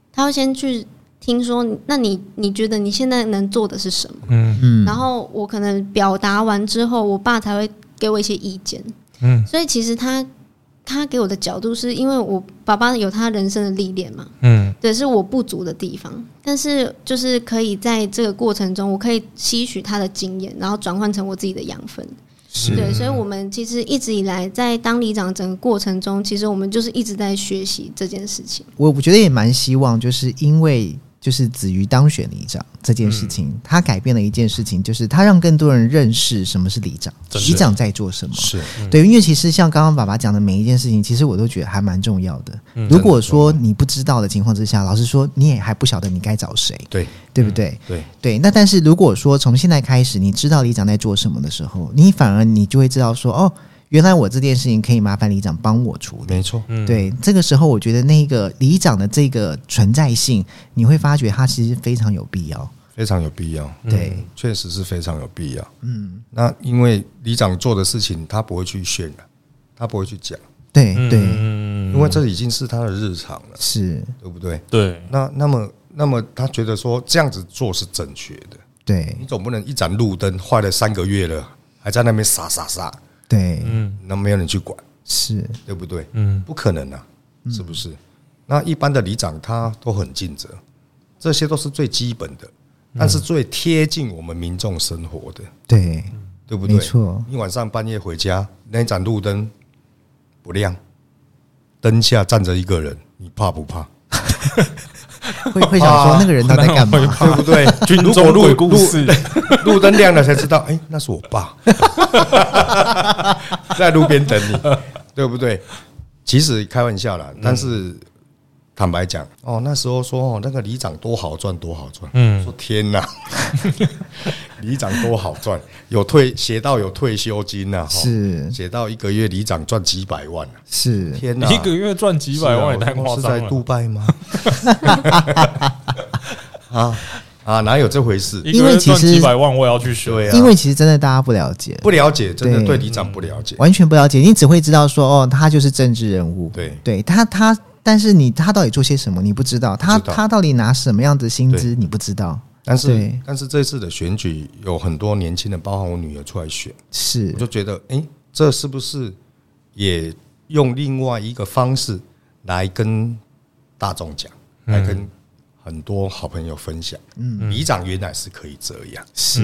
Speaker 4: 他会先去听说，那你你觉得你现在能做的是什么？
Speaker 2: 嗯
Speaker 1: 嗯
Speaker 4: 然后我可能表达完之后，我爸才会给我一些意见。
Speaker 2: 嗯，
Speaker 4: 所以其实他他给我的角度是因为我爸爸有他人生的历练嘛，
Speaker 2: 嗯
Speaker 4: 对，是我不足的地方。但是就是可以在这个过程中，我可以吸取他的经验，然后转换成我自己的养分。
Speaker 1: 是
Speaker 4: 对，所以我们其实一直以来在当里长整个过程中，其实我们就是一直在学习这件事情。
Speaker 1: 我我觉得也蛮希望，就是因为就是子瑜当选里长这件事情，他改变了一件事情，就是他让更多人认识什么是里长，
Speaker 2: 真的
Speaker 1: 里长在做什么。
Speaker 3: 是
Speaker 1: 对，因为其实像刚刚爸爸讲的每一件事情，其实我都觉得还蛮重要的。如果说你不知道的情况之下，老实说，你也还不晓得你该找谁，
Speaker 3: 对
Speaker 1: 对不对？
Speaker 3: 对，
Speaker 1: 对，那但是如果说从现在开始，你知道里长在做什么的时候，你反而你就会知道说，哦，原来我这件事情可以麻烦里长帮我处理。
Speaker 3: 没错。
Speaker 2: 嗯，
Speaker 1: 对，这个时候我觉得那个里长的这个存在性，你会发觉它其实非常有必要。
Speaker 3: 非常有必要，
Speaker 1: 对，
Speaker 3: 确实是非常有必要。嗯，那因为里长做的事情，他不会去渲染，他不会去讲，
Speaker 1: 对，
Speaker 2: 嗯
Speaker 1: 对，
Speaker 2: 嗯
Speaker 3: 因为这已经是他的日常了，
Speaker 1: 是，
Speaker 3: 对不对？
Speaker 2: 对，
Speaker 3: 那那么那么，他觉得说这样子做是正确的，
Speaker 1: 对
Speaker 3: 你，总不能一盏路灯坏了三个月了，还在那边傻傻傻，
Speaker 1: 对，
Speaker 2: 嗯
Speaker 3: 那没有人去管，
Speaker 1: 是，
Speaker 3: 对不对？
Speaker 2: 嗯
Speaker 3: 不可能啊，
Speaker 1: 嗯
Speaker 3: 是不是？那一般的里长他都很尽责，这些都是最基本的，
Speaker 1: 嗯
Speaker 3: 但是最贴近我们民众生活的，
Speaker 1: 对，
Speaker 3: 对不对
Speaker 1: 没？错，
Speaker 3: 你晚上半夜回家，那一盏路灯不亮，灯下站着一个人，你怕不怕？
Speaker 1: 会会想说 <laughs> 那个人他在干嘛？
Speaker 3: 对不对？
Speaker 2: 军
Speaker 3: <laughs> 如果
Speaker 2: 中
Speaker 3: 路
Speaker 2: 鬼故事，
Speaker 3: 路路灯亮了才知道，哎、那是我
Speaker 2: <laughs>
Speaker 3: 爸，在路边等你，对不对？其实开玩笑
Speaker 2: 嗯
Speaker 3: 啦，但是坦白讲，哦，那时候说哦，那个里长多好赚，多好赚，
Speaker 2: 嗯
Speaker 3: 说天哪，里长多好赚，有退写到有退休金呐、啊，齁
Speaker 1: 是
Speaker 3: 写到一个月里长赚几百万、啊，
Speaker 1: 是，
Speaker 3: 天哪、
Speaker 2: 一个月赚几百万也太夸
Speaker 3: 是在
Speaker 2: 张
Speaker 3: 杜
Speaker 2: 了，
Speaker 3: 拜吗？ <laughs> 啊啊，哪有这回事？
Speaker 2: 一个
Speaker 1: 因为
Speaker 2: 月
Speaker 1: 其
Speaker 2: 赚
Speaker 1: 实
Speaker 2: 几百万我也要去学，
Speaker 3: 对啊，
Speaker 1: 因为其实真的大家不了解，
Speaker 3: 不了解，真的
Speaker 1: 对嗯
Speaker 3: 对里长不了解。
Speaker 1: 完全不了解，你只会知道说哦，他就是政治人物，
Speaker 3: 对
Speaker 1: 对他他，但是你他到底做些什么你不知道，他
Speaker 3: 不知道
Speaker 1: 他到底拿什么样的薪资你不知道，
Speaker 3: 但是
Speaker 1: 对
Speaker 3: 但是这次的选举有很多年轻人，包含我女儿出来选，
Speaker 1: 是
Speaker 3: 我就觉得，诶，这是不是也用另外一个方式来跟大众讲，来跟很多好朋友分享？嗯，里长原来是可以这样，
Speaker 1: 是，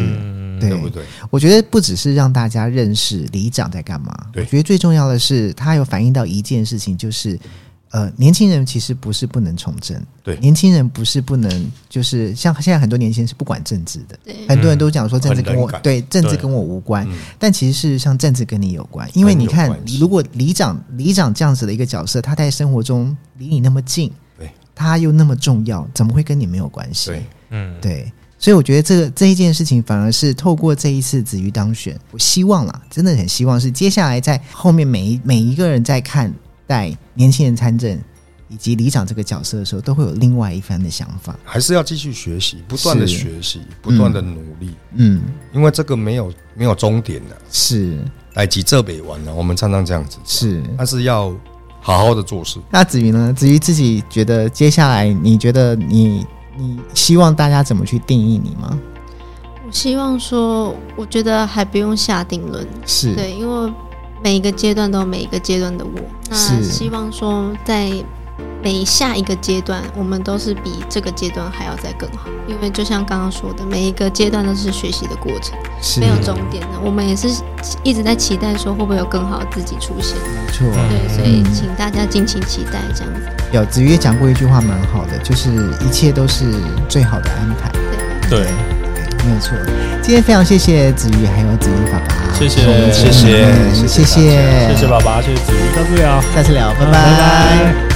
Speaker 3: 对嗯不
Speaker 1: 对。
Speaker 3: 对？
Speaker 1: 我觉得不只是让大家认识里长在干嘛，我
Speaker 3: 对
Speaker 1: 觉得最重要的是，他有反映到一件事情，就是呃，年轻人其实不是不能从政，
Speaker 3: 对
Speaker 1: 年轻人不是不能，就是像现在很多年轻人是不管政治的，
Speaker 4: 对
Speaker 1: 很多人都讲说政治跟我
Speaker 3: 嗯很冷感
Speaker 1: 对政治
Speaker 2: 对
Speaker 1: 跟我无关
Speaker 3: 嗯，
Speaker 1: 但其实事实上政治跟你有关，因为
Speaker 3: 跟你
Speaker 1: 你
Speaker 3: 有
Speaker 1: 看
Speaker 3: 关，系
Speaker 1: 如果里长里长这样子的一个角色，他在生活中离你那么近，
Speaker 3: 对，
Speaker 1: 他又那么重要，怎么会跟你没有关系？
Speaker 3: 对，
Speaker 2: 嗯，
Speaker 1: 对，所以我觉得这个这一件事情反而是透过这一次子瑜当选，我希望啦，真的很希望是接下来在后面每一每一个人在看待年轻人参政以及里长这个角色的时候，都会有另外一番的想法。
Speaker 3: 还是要继续学习，不断的
Speaker 1: 是
Speaker 3: 学习，不断的努力，
Speaker 1: 嗯，
Speaker 3: 因为这个没有没有终点的，
Speaker 1: 是
Speaker 3: 来及浙北玩了，我们常常这样子，
Speaker 1: 是。
Speaker 3: 但是要好好的做事。
Speaker 1: 那子瑜呢？子瑜自己觉得接下来，你觉得你你希望大家怎么去定义你吗？
Speaker 4: 我希望说，我觉得还不用下定论，
Speaker 1: 是
Speaker 4: 对，因为每一个阶段都有每一个阶段的我。那
Speaker 1: 是
Speaker 4: 希望说，在每下一个阶段，我们都是比这个阶段还要再更好。因为就像刚刚说的，每一个阶段都是学习的过程，
Speaker 1: 是
Speaker 4: 没有终点的。我们也是一直在期待说，会不会有更好的自己出现。
Speaker 1: 没错。
Speaker 4: 对，所以请大家敬请期待这样子。
Speaker 1: 有子瑜也讲过一句话蛮好的，就是一切都是最好的安排。
Speaker 2: 对，
Speaker 1: 对，没有错。今天非常谢谢子瑜还有子瑜爸爸，
Speaker 2: 谢谢
Speaker 1: 嗯
Speaker 2: 谢
Speaker 3: 谢
Speaker 1: 谢谢，
Speaker 3: 谢谢大家
Speaker 2: 谢谢爸爸，谢谢子瑜，再见啊。
Speaker 1: 下次聊，拜
Speaker 2: 拜拜